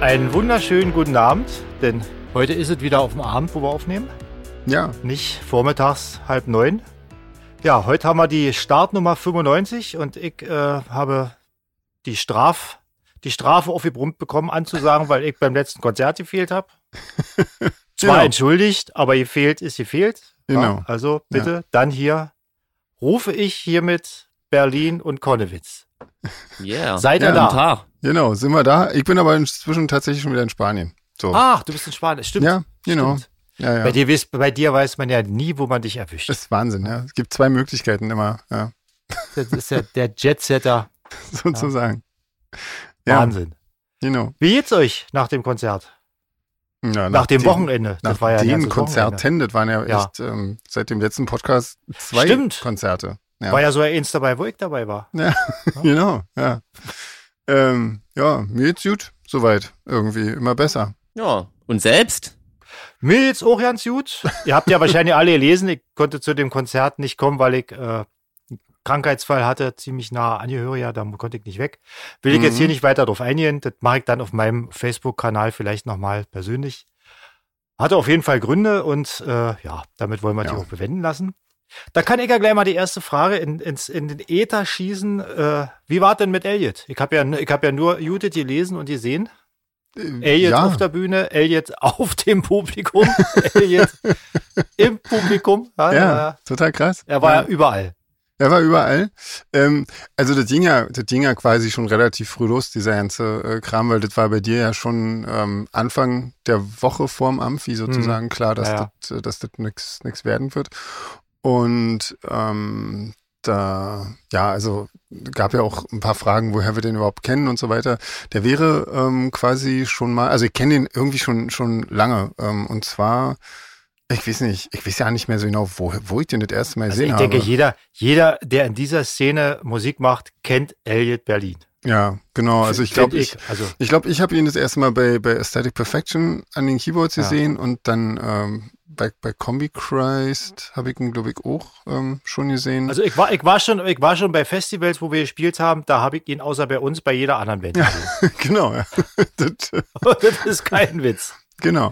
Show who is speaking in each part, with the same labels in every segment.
Speaker 1: Einen wunderschönen guten Abend, denn heute ist es wieder auf dem Abend, wo wir aufnehmen,
Speaker 2: Ja,
Speaker 1: nicht vormittags halb neun. Ja, heute haben wir die Startnummer 95 und ich äh, habe die, Straf, die Strafe aufgebrummt bekommen anzusagen, weil ich beim letzten Konzert gefehlt habe. Zwar
Speaker 2: Genau.
Speaker 1: entschuldigt, aber gefehlt ist gefehlt.
Speaker 2: Genau.
Speaker 1: also bitte, dann hier rufe ich hiermit Berlin und Konnewitz.
Speaker 3: Yeah.
Speaker 1: Seid ihr
Speaker 2: Ja.
Speaker 1: da?
Speaker 3: Tag.
Speaker 2: genau, sind wir da. Ich bin aber inzwischen tatsächlich schon wieder in Spanien. So.
Speaker 1: Ach, du bist in Spanien. Ah, Stimmt.
Speaker 2: ja, genau.
Speaker 1: Stimmt.
Speaker 2: Ja,
Speaker 1: Bei,
Speaker 2: ja.
Speaker 1: dir, weiß- bei dir weiß man ja nie, wo man dich erwischt.
Speaker 2: Das ist Wahnsinn, ja. Es gibt zwei Möglichkeiten immer, ja,
Speaker 1: Das ist ja der Jetsetter.
Speaker 2: sozusagen. Ja,
Speaker 1: Wahnsinn.
Speaker 2: genau.
Speaker 1: Wie geht's euch nach dem Konzert?
Speaker 2: Ja,
Speaker 1: Nach, dem Wochenende.
Speaker 2: Nach
Speaker 1: ja ein
Speaker 2: dem
Speaker 1: ganzes
Speaker 2: Konzert
Speaker 1: Wochenende.
Speaker 2: das waren ja,
Speaker 1: Ja.
Speaker 2: echt ähm, seit dem letzten Podcast zwei
Speaker 1: Stimmt.
Speaker 2: Konzerte. Ja.
Speaker 1: War ja so eins dabei, wo ich dabei war.
Speaker 2: Genau, ja. Ähm, ja, mir geht's gut, soweit. Irgendwie immer besser.
Speaker 3: Ja. Und selbst?
Speaker 1: Mir geht's auch ganz gut. Ihr habt ja wahrscheinlich alle gelesen, ich konnte zu dem Konzert nicht kommen, weil ich äh, einen Krankheitsfall hatte, ziemlich nahe Angehöriger, da konnte ich nicht weg. Will ich jetzt
Speaker 2: Mhm.
Speaker 1: hier nicht weiter drauf eingehen, das mache ich dann auf meinem Facebook-Kanal vielleicht nochmal persönlich. Hatte auf jeden Fall Gründe und äh, ja, damit wollen wir die
Speaker 2: Ja.
Speaker 1: auch bewenden lassen. Da kann ich ja gleich mal die erste Frage in, ins, in den Äther schießen. Äh, wie war denn mit Elliot? Ich habe ja, ich hab ja nur Judith gelesen und gesehen.
Speaker 2: Äh,
Speaker 1: Elliot
Speaker 2: ja.
Speaker 1: auf der Bühne, Elliot auf dem Publikum, Elliot im Publikum. Ja,
Speaker 2: ja,
Speaker 1: äh,
Speaker 2: total krass.
Speaker 1: Er war ja.
Speaker 2: ja.
Speaker 1: überall.
Speaker 2: Er war überall. Ähm, also das ging ja, das ging ja quasi schon relativ früh los, dieser ganze äh, Kram, weil das war bei dir ja schon ähm, Anfang der Woche vorm Amphi sozusagen klar, dass
Speaker 1: Mhm. Ja, ja.
Speaker 2: das, äh, dass das nix nix werden wird. Und ähm, da, ja, also gab ja auch ein paar Fragen, woher wir den überhaupt kennen und so weiter. Der wäre ähm, quasi schon mal, also ich kenne den irgendwie schon schon lange. Ähm, und zwar, ich weiß nicht, ich weiß ja nicht mehr so genau, wo, wo ich den das erste Mal
Speaker 1: Also
Speaker 2: gesehen
Speaker 1: ich denke,
Speaker 2: habe.
Speaker 1: jeder, jeder, der in dieser Szene Musik macht, kennt Elliot Berlin.
Speaker 2: Ja, genau. Also ich
Speaker 1: Find
Speaker 2: glaube, ich,
Speaker 1: also
Speaker 2: ich glaube, ich habe ihn das erste Mal bei, bei Aesthetic Perfection an den Keyboards
Speaker 1: Ja.
Speaker 2: gesehen und dann ähm, bei, bei Combi Christ habe ich ihn, glaube ich, auch ähm, schon gesehen.
Speaker 1: Also ich war, ich war schon, ich war schon bei Festivals, wo wir gespielt haben, da habe ich ihn außer bei uns bei jeder anderen Band. gesehen.
Speaker 2: genau, ja. das, äh,
Speaker 1: das ist kein Witz.
Speaker 2: genau.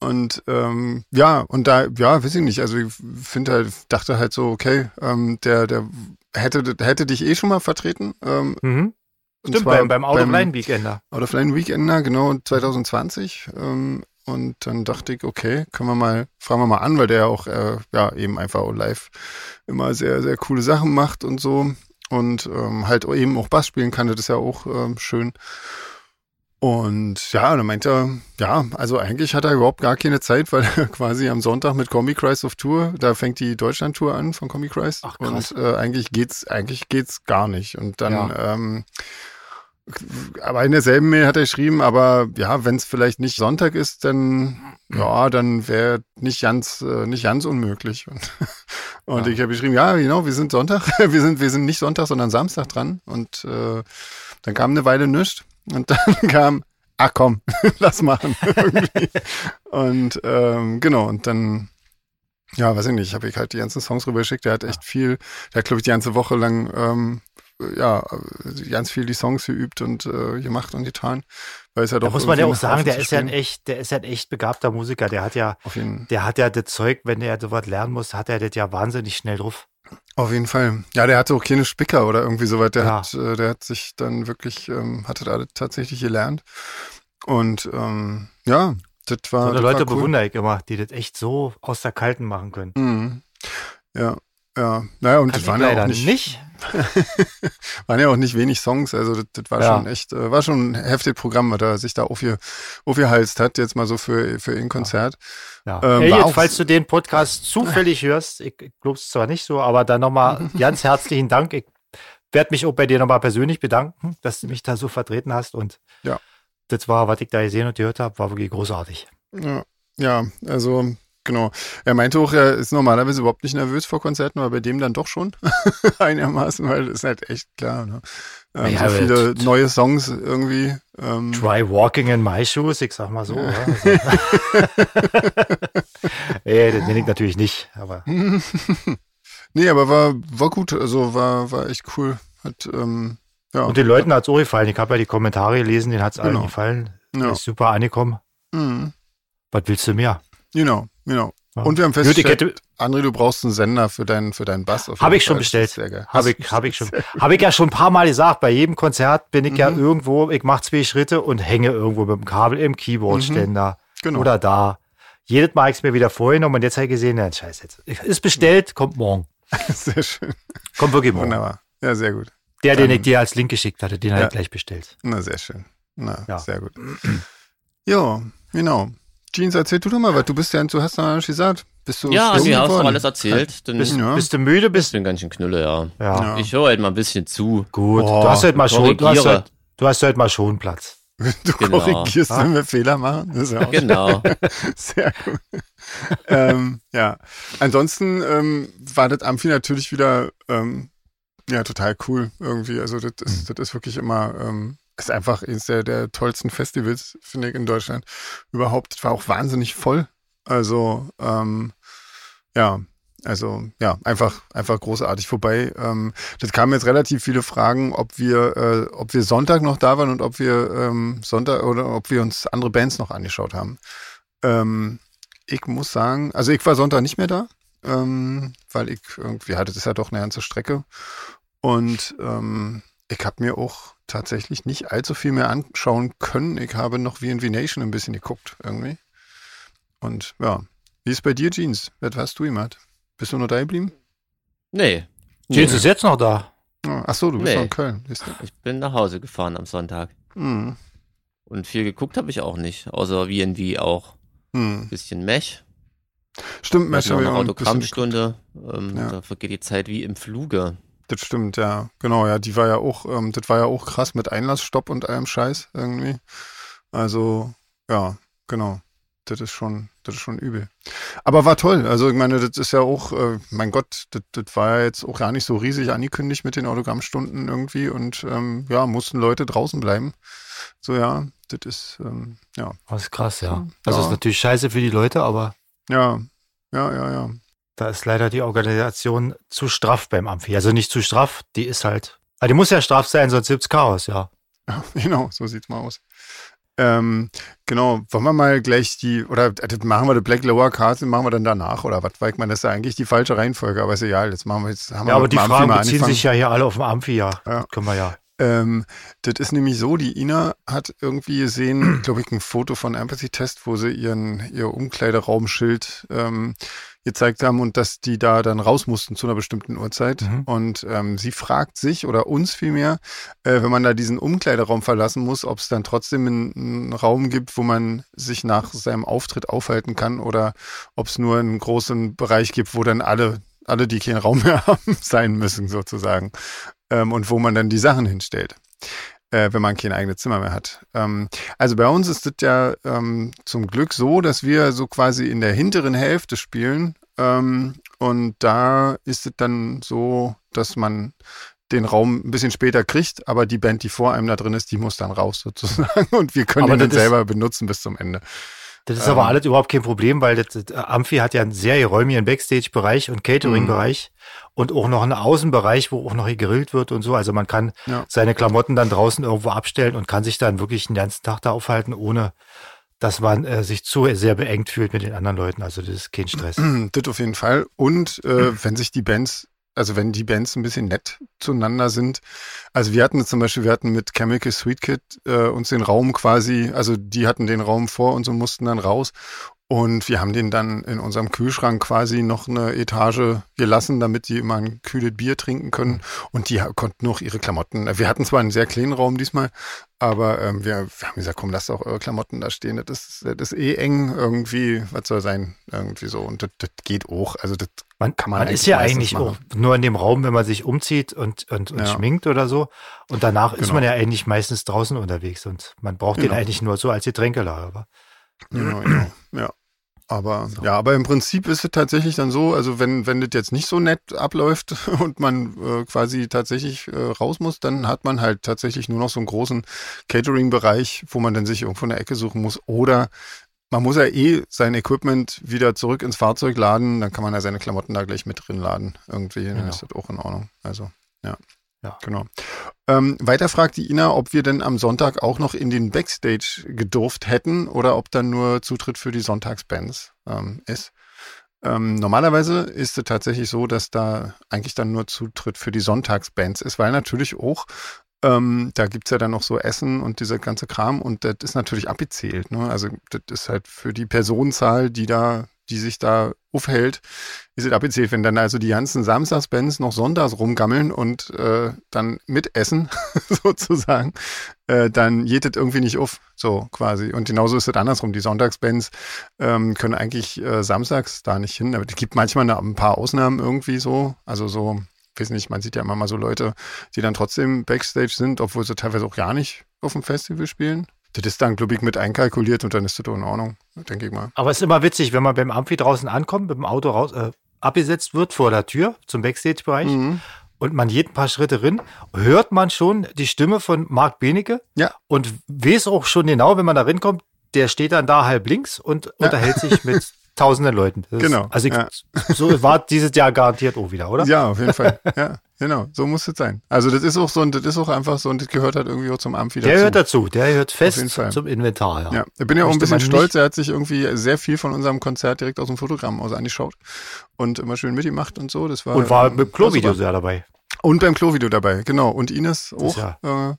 Speaker 2: Und ähm, ja, und da, ja, weiß ich nicht. Also ich finde halt, dachte halt so, okay, ähm, der, der hätte, hätte dich eh schon mal vertreten. Ähm,
Speaker 1: Mhm.
Speaker 2: und
Speaker 1: Stimmt,
Speaker 2: zwar
Speaker 1: beim, beim Out of Line Weekender.
Speaker 2: Out of Line Weekender, genau 2020. Ähm, und dann dachte ich, okay, können wir mal, fragen wir mal an, weil der ja auch äh, ja, eben einfach auch live immer sehr, sehr coole Sachen macht und so. Und ähm, halt eben auch Bass spielen kann, das ist ja auch ähm, schön. Und ja, dann meinte er, ja, also eigentlich hat er überhaupt gar keine Zeit, weil er quasi am Sonntag mit Combi Christ auf Tour, da fängt die Deutschland-Tour an von Combi Christ.
Speaker 1: Ach, krass.
Speaker 2: Und äh, eigentlich geht's, eigentlich geht's gar nicht. Und dann ähm, aber in derselben Mail hat er geschrieben, aber ja, wenn es vielleicht nicht Sonntag ist, dann ja, dann wäre nicht ganz äh, nicht ganz unmöglich. Und, und
Speaker 1: Ja.
Speaker 2: ich habe geschrieben, ja, genau, wir sind Sonntag, wir sind wir sind nicht Sonntag, sondern Samstag dran. Und äh, dann kam eine Weile nichts und dann kam, ach komm, lass machen. Irgendwie. und ähm, genau und dann ja, weiß ich nicht, habe ich halt die ganzen Songs rübergeschickt. Der hat echt viel, der hat glaube ich die ganze Woche lang ähm, ja, ganz viel die Songs geübt und äh, gemacht und getan. Weil es ja
Speaker 1: Da
Speaker 2: doch
Speaker 1: muss man ja
Speaker 2: irgendwie
Speaker 1: auch sagen,
Speaker 2: nach
Speaker 1: der
Speaker 2: Haufen
Speaker 1: ist
Speaker 2: zu
Speaker 1: ja ein
Speaker 2: spielen.
Speaker 1: echt, der ist ja ein echt begabter Musiker. Der hat ja,
Speaker 2: Auf jeden,
Speaker 1: der hat ja das Zeug, wenn er sowas lernen muss, hat er das ja wahnsinnig schnell drauf.
Speaker 2: auf jeden Fall. Ja, der hatte auch keine Spicker oder irgendwie sowas. Der,
Speaker 1: Ja.
Speaker 2: hat, äh, der hat sich dann wirklich, ähm, hatte da tatsächlich gelernt. Und ähm, ja, das war.
Speaker 1: So eine
Speaker 2: Ah, das
Speaker 1: Leute
Speaker 2: war cool.
Speaker 1: bewundere ich immer, die das echt so aus der Kalten machen können.
Speaker 2: Mhm. Ja, ja. Naja, und das
Speaker 1: ich
Speaker 2: waren ja,
Speaker 1: leider
Speaker 2: auch nicht, waren ja auch nicht wenig Songs. Also das, das war
Speaker 1: Ja.
Speaker 2: schon echt, äh, war schon ein heftiges Programm, was er sich da aufge, aufgehalst hat, jetzt mal so für, für ein Konzert.
Speaker 1: Ja.
Speaker 2: Ähm, war
Speaker 1: Elliot,
Speaker 2: auch-
Speaker 1: falls du den Podcast zufällig hörst, ich, ich glaube es zwar nicht so, aber dann nochmal ganz herzlichen Dank. Ich werde mich auch bei dir nochmal persönlich bedanken, dass du mich da so vertreten hast und
Speaker 2: Ja. Mhm.
Speaker 1: das war, was ich da gesehen und gehört habe, war wirklich großartig.
Speaker 2: Ja, ja, also genau. Er meinte auch, er ist normalerweise überhaupt nicht nervös vor Konzerten, aber bei dem dann doch schon einigermaßen, weil das ist halt echt klar. Ne? Ähm,
Speaker 1: Ja,
Speaker 2: so
Speaker 1: aber
Speaker 2: viele
Speaker 1: t-
Speaker 2: neue Songs irgendwie. Ähm,
Speaker 1: Try walking in my shoes, ich sag mal so. Ja. Also. Ey, das bin ich natürlich nicht, aber
Speaker 2: nee, aber war, war gut, also war, war echt cool. Hat, ähm, ja.
Speaker 1: Und den Leuten hat es auch gefallen. Ich habe ja die Kommentare gelesen, denen hat es allen
Speaker 2: Genau.
Speaker 1: gefallen.
Speaker 2: Ja.
Speaker 1: Ist super angekommen.
Speaker 2: Mhm.
Speaker 1: Was willst du mehr?
Speaker 2: Genau, genau.
Speaker 1: Ja.
Speaker 2: Und wir haben
Speaker 1: Nötig
Speaker 2: festgestellt,
Speaker 1: hätte-
Speaker 2: André, du brauchst einen Sender für deinen, für deinen Bass. auf
Speaker 1: Habe
Speaker 2: jeden
Speaker 1: ich schon
Speaker 2: Fall. Das
Speaker 1: bestellt.
Speaker 2: ist Sehr geil.
Speaker 1: Habe ich, hab ich schon. Habe ich ja schon ein paar Mal gesagt. Bei jedem Konzert bin ich ja
Speaker 2: Mhm.
Speaker 1: irgendwo, ich mache zwei Schritte und hänge irgendwo mit dem Kabel im Keyboardständer
Speaker 2: Genau.
Speaker 1: oder da. Jedes Mal habe ich es mir wieder vorgenommen und jetzt habe ich gesehen, nein, scheiße. Jetzt. Ist bestellt, kommt morgen.
Speaker 2: Sehr schön.
Speaker 1: Kommt wirklich morgen.
Speaker 2: Wunderbar. Ja, sehr gut.
Speaker 1: Der, den
Speaker 2: Genau. Dann-
Speaker 1: ich dir als Link geschickt hatte, den habe
Speaker 2: Ja.
Speaker 1: ich gleich bestellt.
Speaker 2: Na, sehr schön. Na,
Speaker 1: Ja.
Speaker 2: sehr gut. Ja, genau. Jeans, erzähl du doch mal was. Du bist ja, du hast noch nicht gesagt. Bist du
Speaker 3: Ja,
Speaker 2: stumm
Speaker 3: also ihr habt doch
Speaker 2: geworden?
Speaker 3: alles erzählt. Dann
Speaker 1: Bist,
Speaker 2: Ja.
Speaker 1: bist du müde? Bist,
Speaker 3: bin ganz schön Knülle, ja.
Speaker 1: ja.
Speaker 2: Ja.
Speaker 3: Ich höre halt mal ein bisschen zu.
Speaker 1: Gut.
Speaker 2: Boah,
Speaker 1: du hast halt mal schon, du hast
Speaker 3: korrigiere.
Speaker 1: halt, du hast halt mal schon Platz.
Speaker 2: Du
Speaker 3: Genau.
Speaker 2: korrigierst,
Speaker 1: Ah.
Speaker 2: wenn wir Fehler machen. Das ist ja auch
Speaker 3: Genau.
Speaker 2: sehr gut. ähm, ja. Ansonsten ähm, war das Amphi natürlich wieder ähm, ja total cool irgendwie. Also das ist, das ist wirklich immer ähm, ist einfach eines der, der tollsten Festivals finde ich in Deutschland überhaupt. Das War auch wahnsinnig voll. Also ähm, ja. Also ja, einfach einfach großartig vorbei. Ähm, das kamen jetzt relativ viele Fragen, ob wir äh, ob wir Sonntag noch da waren und ob wir ähm, Sonntag oder ob wir uns andere Bands noch angeschaut haben. Ähm, ich muss sagen, also ich war Sonntag nicht mehr da, ähm, weil ich irgendwie hatte das ja doch eine ganze Strecke. Und ähm, ich habe mir auch tatsächlich nicht allzu viel mehr anschauen können. Ich habe noch VNV Nation ein bisschen geguckt irgendwie. Und ja, wie ist bei dir, Jeans? Was hast du gemacht? Bist du nur da geblieben?
Speaker 3: Nee. nee.
Speaker 1: Jeans ist jetzt noch da.
Speaker 2: Ah, Ach so, du bist
Speaker 3: Nee.
Speaker 2: noch in Köln. Siehst du?
Speaker 3: Ich bin nach Hause gefahren am Sonntag.
Speaker 2: Hm.
Speaker 3: Und viel geguckt habe ich auch nicht. Außer VNV auch.
Speaker 2: Hm.
Speaker 3: Bisschen Mech.
Speaker 2: Stimmt,
Speaker 3: Wir hatten
Speaker 2: Messer,
Speaker 3: auch eine
Speaker 2: ja, ein bisschen-
Speaker 3: Autogrammstunde. Ähm,
Speaker 2: Ja.
Speaker 3: Da vergeht die Zeit wie im Fluge.
Speaker 2: Das stimmt, ja. Genau, ja, die war ja auch, ähm, das war ja auch krass mit Einlassstopp und allem Scheiß irgendwie. Also, ja, genau. Das ist schon, das ist schon übel. Aber war toll. Also, ich meine, das ist ja auch, äh, mein Gott, das, das war ja jetzt auch gar nicht so riesig angekündigt mit den Autogrammstunden irgendwie und ähm, ja, mussten Leute draußen bleiben. So, ja, das ist, ähm, ja,
Speaker 1: Das Oh, ist krass, ja.
Speaker 2: Ja.
Speaker 1: Das ist natürlich scheiße für die Leute, aber
Speaker 2: ja, ja, ja, ja.
Speaker 1: da ist leider die Organisation zu straff beim Amphi. Also nicht zu straff, die ist halt. Aber die muss ja straff sein, sonst gibt's Chaos, ja.
Speaker 2: Genau, so sieht's mal aus. Ähm, genau, wollen wir mal gleich die, oder äh, das machen wir die Black Lower Castle, machen wir dann danach, oder was? Weil ich meine, das ist ja eigentlich die falsche Reihenfolge, aber ist egal, jetzt machen wir jetzt, haben wir
Speaker 1: Ja, aber
Speaker 2: mit
Speaker 1: die
Speaker 2: dem Amphi
Speaker 1: Fragen
Speaker 2: mal
Speaker 1: beziehen
Speaker 2: angefangen.
Speaker 1: sich ja hier alle auf dem Amphi, ja.
Speaker 2: Ja.
Speaker 1: Können wir ja.
Speaker 2: Ähm, das ist nämlich so, die Ina hat irgendwie gesehen, glaube ich, ein Foto von Empathy Test, wo sie ihren, ihr Umkleideraumschild ähm, gezeigt haben und dass die da dann raus mussten zu einer bestimmten Uhrzeit.
Speaker 1: Mhm.
Speaker 2: Und ähm, sie fragt sich oder uns vielmehr, äh, wenn man da diesen Umkleideraum verlassen muss, ob es dann trotzdem einen, einen Raum gibt, wo man sich nach seinem Auftritt aufhalten kann oder ob es nur einen großen Bereich gibt, wo dann alle, alle, die keinen Raum mehr haben, sein müssen sozusagen ähm, und wo man dann die Sachen hinstellt, äh, wenn man kein eigenes Zimmer mehr hat. Ähm, also bei uns ist das ja ähm, zum Glück so, dass wir so quasi in der hinteren Hälfte spielen ähm, und da ist es dann so, dass man den Raum ein bisschen später kriegt, aber die Band, die vor einem da drin ist, die muss dann raus sozusagen und wir können
Speaker 1: Aber
Speaker 2: den dann
Speaker 1: das ist-
Speaker 2: selber benutzen bis zum Ende.
Speaker 1: Das ist
Speaker 2: Ähm.
Speaker 1: aber alles überhaupt kein Problem, weil das, das Amphi hat ja einen sehr räumigen Backstage-Bereich und Catering-Bereich
Speaker 2: Mhm.
Speaker 1: und auch noch einen Außenbereich, wo auch noch hier gegrillt wird und so. Also man kann
Speaker 2: Ja.
Speaker 1: seine Klamotten dann draußen irgendwo abstellen und kann sich dann wirklich den ganzen Tag da aufhalten, ohne dass man äh, sich zu sehr beengt fühlt mit den anderen Leuten. Also das ist kein Stress.
Speaker 2: Das auf jeden Fall. Und äh, wenn sich die Bands, also wenn die Bands ein bisschen nett zueinander sind, also wir hatten zum Beispiel, wir hatten mit Chemical Sweet Kid äh, uns den Raum quasi, also die hatten den Raum vor uns und mussten dann raus. Und wir haben den dann in unserem Kühlschrank quasi noch eine Etage gelassen, damit die immer ein kühles Bier trinken können. Und die konnten noch ihre Klamotten. äh, Wir hatten zwar einen sehr kleinen Raum diesmal, aber ähm, wir, wir haben gesagt, komm, lasst auch eure Klamotten da stehen. Das ist, das ist eh eng irgendwie. Was soll sein? Irgendwie so. Und das, das geht auch. Also das
Speaker 1: Man,
Speaker 2: Kann man
Speaker 1: man
Speaker 2: eigentlich
Speaker 1: ist ja
Speaker 2: meistens
Speaker 1: eigentlich
Speaker 2: machen.
Speaker 1: auch nur in dem Raum, wenn man sich umzieht und, und, und
Speaker 2: Ja.
Speaker 1: schminkt oder so. Und danach ist
Speaker 2: Genau.
Speaker 1: man ja eigentlich meistens draußen unterwegs und man braucht
Speaker 2: Genau.
Speaker 1: den eigentlich nur so als Getränkelager. aber-
Speaker 2: Genau, genau. Ja. Aber ja, aber im Prinzip ist es tatsächlich dann so, also wenn, wenn das jetzt nicht so nett abläuft und man äh, quasi tatsächlich äh, raus muss, dann hat man halt tatsächlich nur noch so einen großen Catering-Bereich, wo man dann sich irgendwo eine Ecke suchen muss. Oder man muss ja eh sein Equipment wieder zurück ins Fahrzeug laden, dann kann man ja seine Klamotten da gleich mit drin laden. Irgendwie, dann
Speaker 1: Genau.
Speaker 2: ist das auch in Ordnung. Also, ja. Genau. Ähm, weiter fragt die Ina, ob wir denn am Sonntag auch noch in den Backstage gedurft hätten oder ob dann nur Zutritt für die Sonntagsbands ähm, ist. Ähm, normalerweise ist es tatsächlich so, dass da eigentlich dann nur Zutritt für die Sonntagsbands ist, weil natürlich auch, ähm, da gibt's ja dann noch so Essen und dieser ganze Kram und das ist natürlich abgezählt. Ne? Also das ist halt für die Personenzahl, die da, die sich da aufhält, ist es abgezählt. Wenn dann also die ganzen Samstagsbands noch sonntags rumgammeln und äh, dann mitessen, sozusagen, äh, dann geht das irgendwie nicht auf, so quasi. Und genauso ist es andersrum. Die Sonntagsbands ähm, können eigentlich äh, samstags da nicht hin. Aber es gibt manchmal eine, ein paar Ausnahmen irgendwie so. Also so, weiß nicht, man sieht ja immer mal so Leute, die dann trotzdem Backstage sind, obwohl sie teilweise auch gar nicht auf dem Festival spielen. Das ist dann, glaube ich, mit einkalkuliert und dann ist das doch in Ordnung, denke ich mal.
Speaker 1: Aber es ist immer witzig, wenn man beim Amphi draußen ankommt, mit dem Auto raus, äh, abgesetzt wird vor der Tür zum Backstage-Bereich
Speaker 2: Mhm.
Speaker 1: und man geht ein paar Schritte rin, hört man schon die Stimme von Marc Benecke
Speaker 2: Ja.
Speaker 1: und weiß auch schon genau, wenn man da rinkommt, der steht dann da halb links und unterhält sich mit tausenden Leuten. Das
Speaker 2: Genau,
Speaker 1: Ist, also ich,
Speaker 2: ja.
Speaker 1: so war dieses Jahr garantiert auch wieder, oder?
Speaker 2: Ja, auf jeden Fall. Ja, genau. So muss es sein. Also das ist auch so ein, das ist auch einfach so und das gehört halt irgendwie auch zum Amphi
Speaker 1: der
Speaker 2: dazu.
Speaker 1: hört dazu, der gehört
Speaker 2: jeden
Speaker 1: fest
Speaker 2: Fall.
Speaker 1: zum Inventar. Ja.
Speaker 2: ja, ich bin ja auch ein
Speaker 1: Möchte
Speaker 2: bisschen
Speaker 1: man
Speaker 2: stolz.
Speaker 1: nicht-
Speaker 2: Er hat sich irgendwie sehr viel von unserem Konzert direkt aus dem Fotogramm aus angeschaut und immer schön mitgemacht und so. Das war
Speaker 1: Und war
Speaker 2: ähm,
Speaker 1: mit dem Klo-Video
Speaker 2: war super.
Speaker 1: sehr dabei.
Speaker 2: und beim Klovideo dabei, genau. Und Ines
Speaker 1: ist
Speaker 2: auch, äh,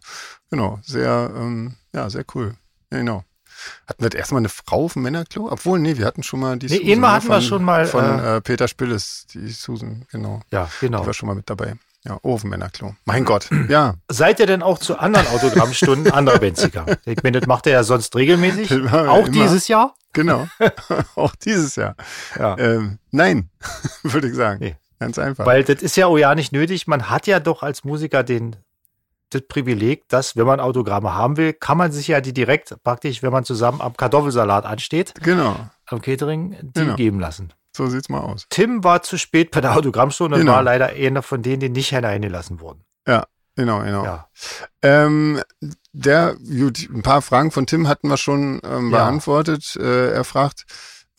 Speaker 2: genau, sehr, ähm, ja, sehr cool. Ja, genau. Hatten wir das erstmal eine Frau auf dem Männerklo? Obwohl, nee, wir hatten schon mal die
Speaker 1: Nee, einmal hatten wir schon mal,
Speaker 2: von
Speaker 1: äh,
Speaker 2: äh, Peter Spilles, die Susan, genau.
Speaker 1: Ja,
Speaker 2: Die
Speaker 1: genau.
Speaker 2: war schon mal mit dabei. Ja, Ofenmännerklo. Mein Gott. Ja,
Speaker 1: Seid ihr denn auch zu anderen Autogrammstunden anderer Bands gegangen? Ich meine, das macht er ja sonst regelmäßig.
Speaker 2: Immer,
Speaker 1: Auch
Speaker 2: immer.
Speaker 1: dieses Jahr?
Speaker 2: genau. Auch dieses Jahr.
Speaker 1: Ja.
Speaker 2: Ähm, nein, würde ich sagen.
Speaker 1: Nee.
Speaker 2: Ganz einfach.
Speaker 1: Weil das ist ja auch ja nicht nötig. Man hat ja doch als Musiker den, das Privileg, dass, wenn man Autogramme haben will, kann man sich ja die direkt praktisch, wenn man zusammen am Kartoffelsalat ansteht,
Speaker 2: genau.
Speaker 1: am Catering, die
Speaker 2: Genau.
Speaker 1: geben lassen.
Speaker 2: So sieht's mal aus.
Speaker 1: Tim war zu spät bei der Autogrammstunde
Speaker 2: Genau.
Speaker 1: und war leider einer von denen, die nicht hineingelassen wurden.
Speaker 2: Genau, genau.
Speaker 1: Ja.
Speaker 2: Ähm, der, gut, ein paar Fragen von Tim hatten wir schon ähm,
Speaker 1: Ja.
Speaker 2: beantwortet. Äh, er fragt,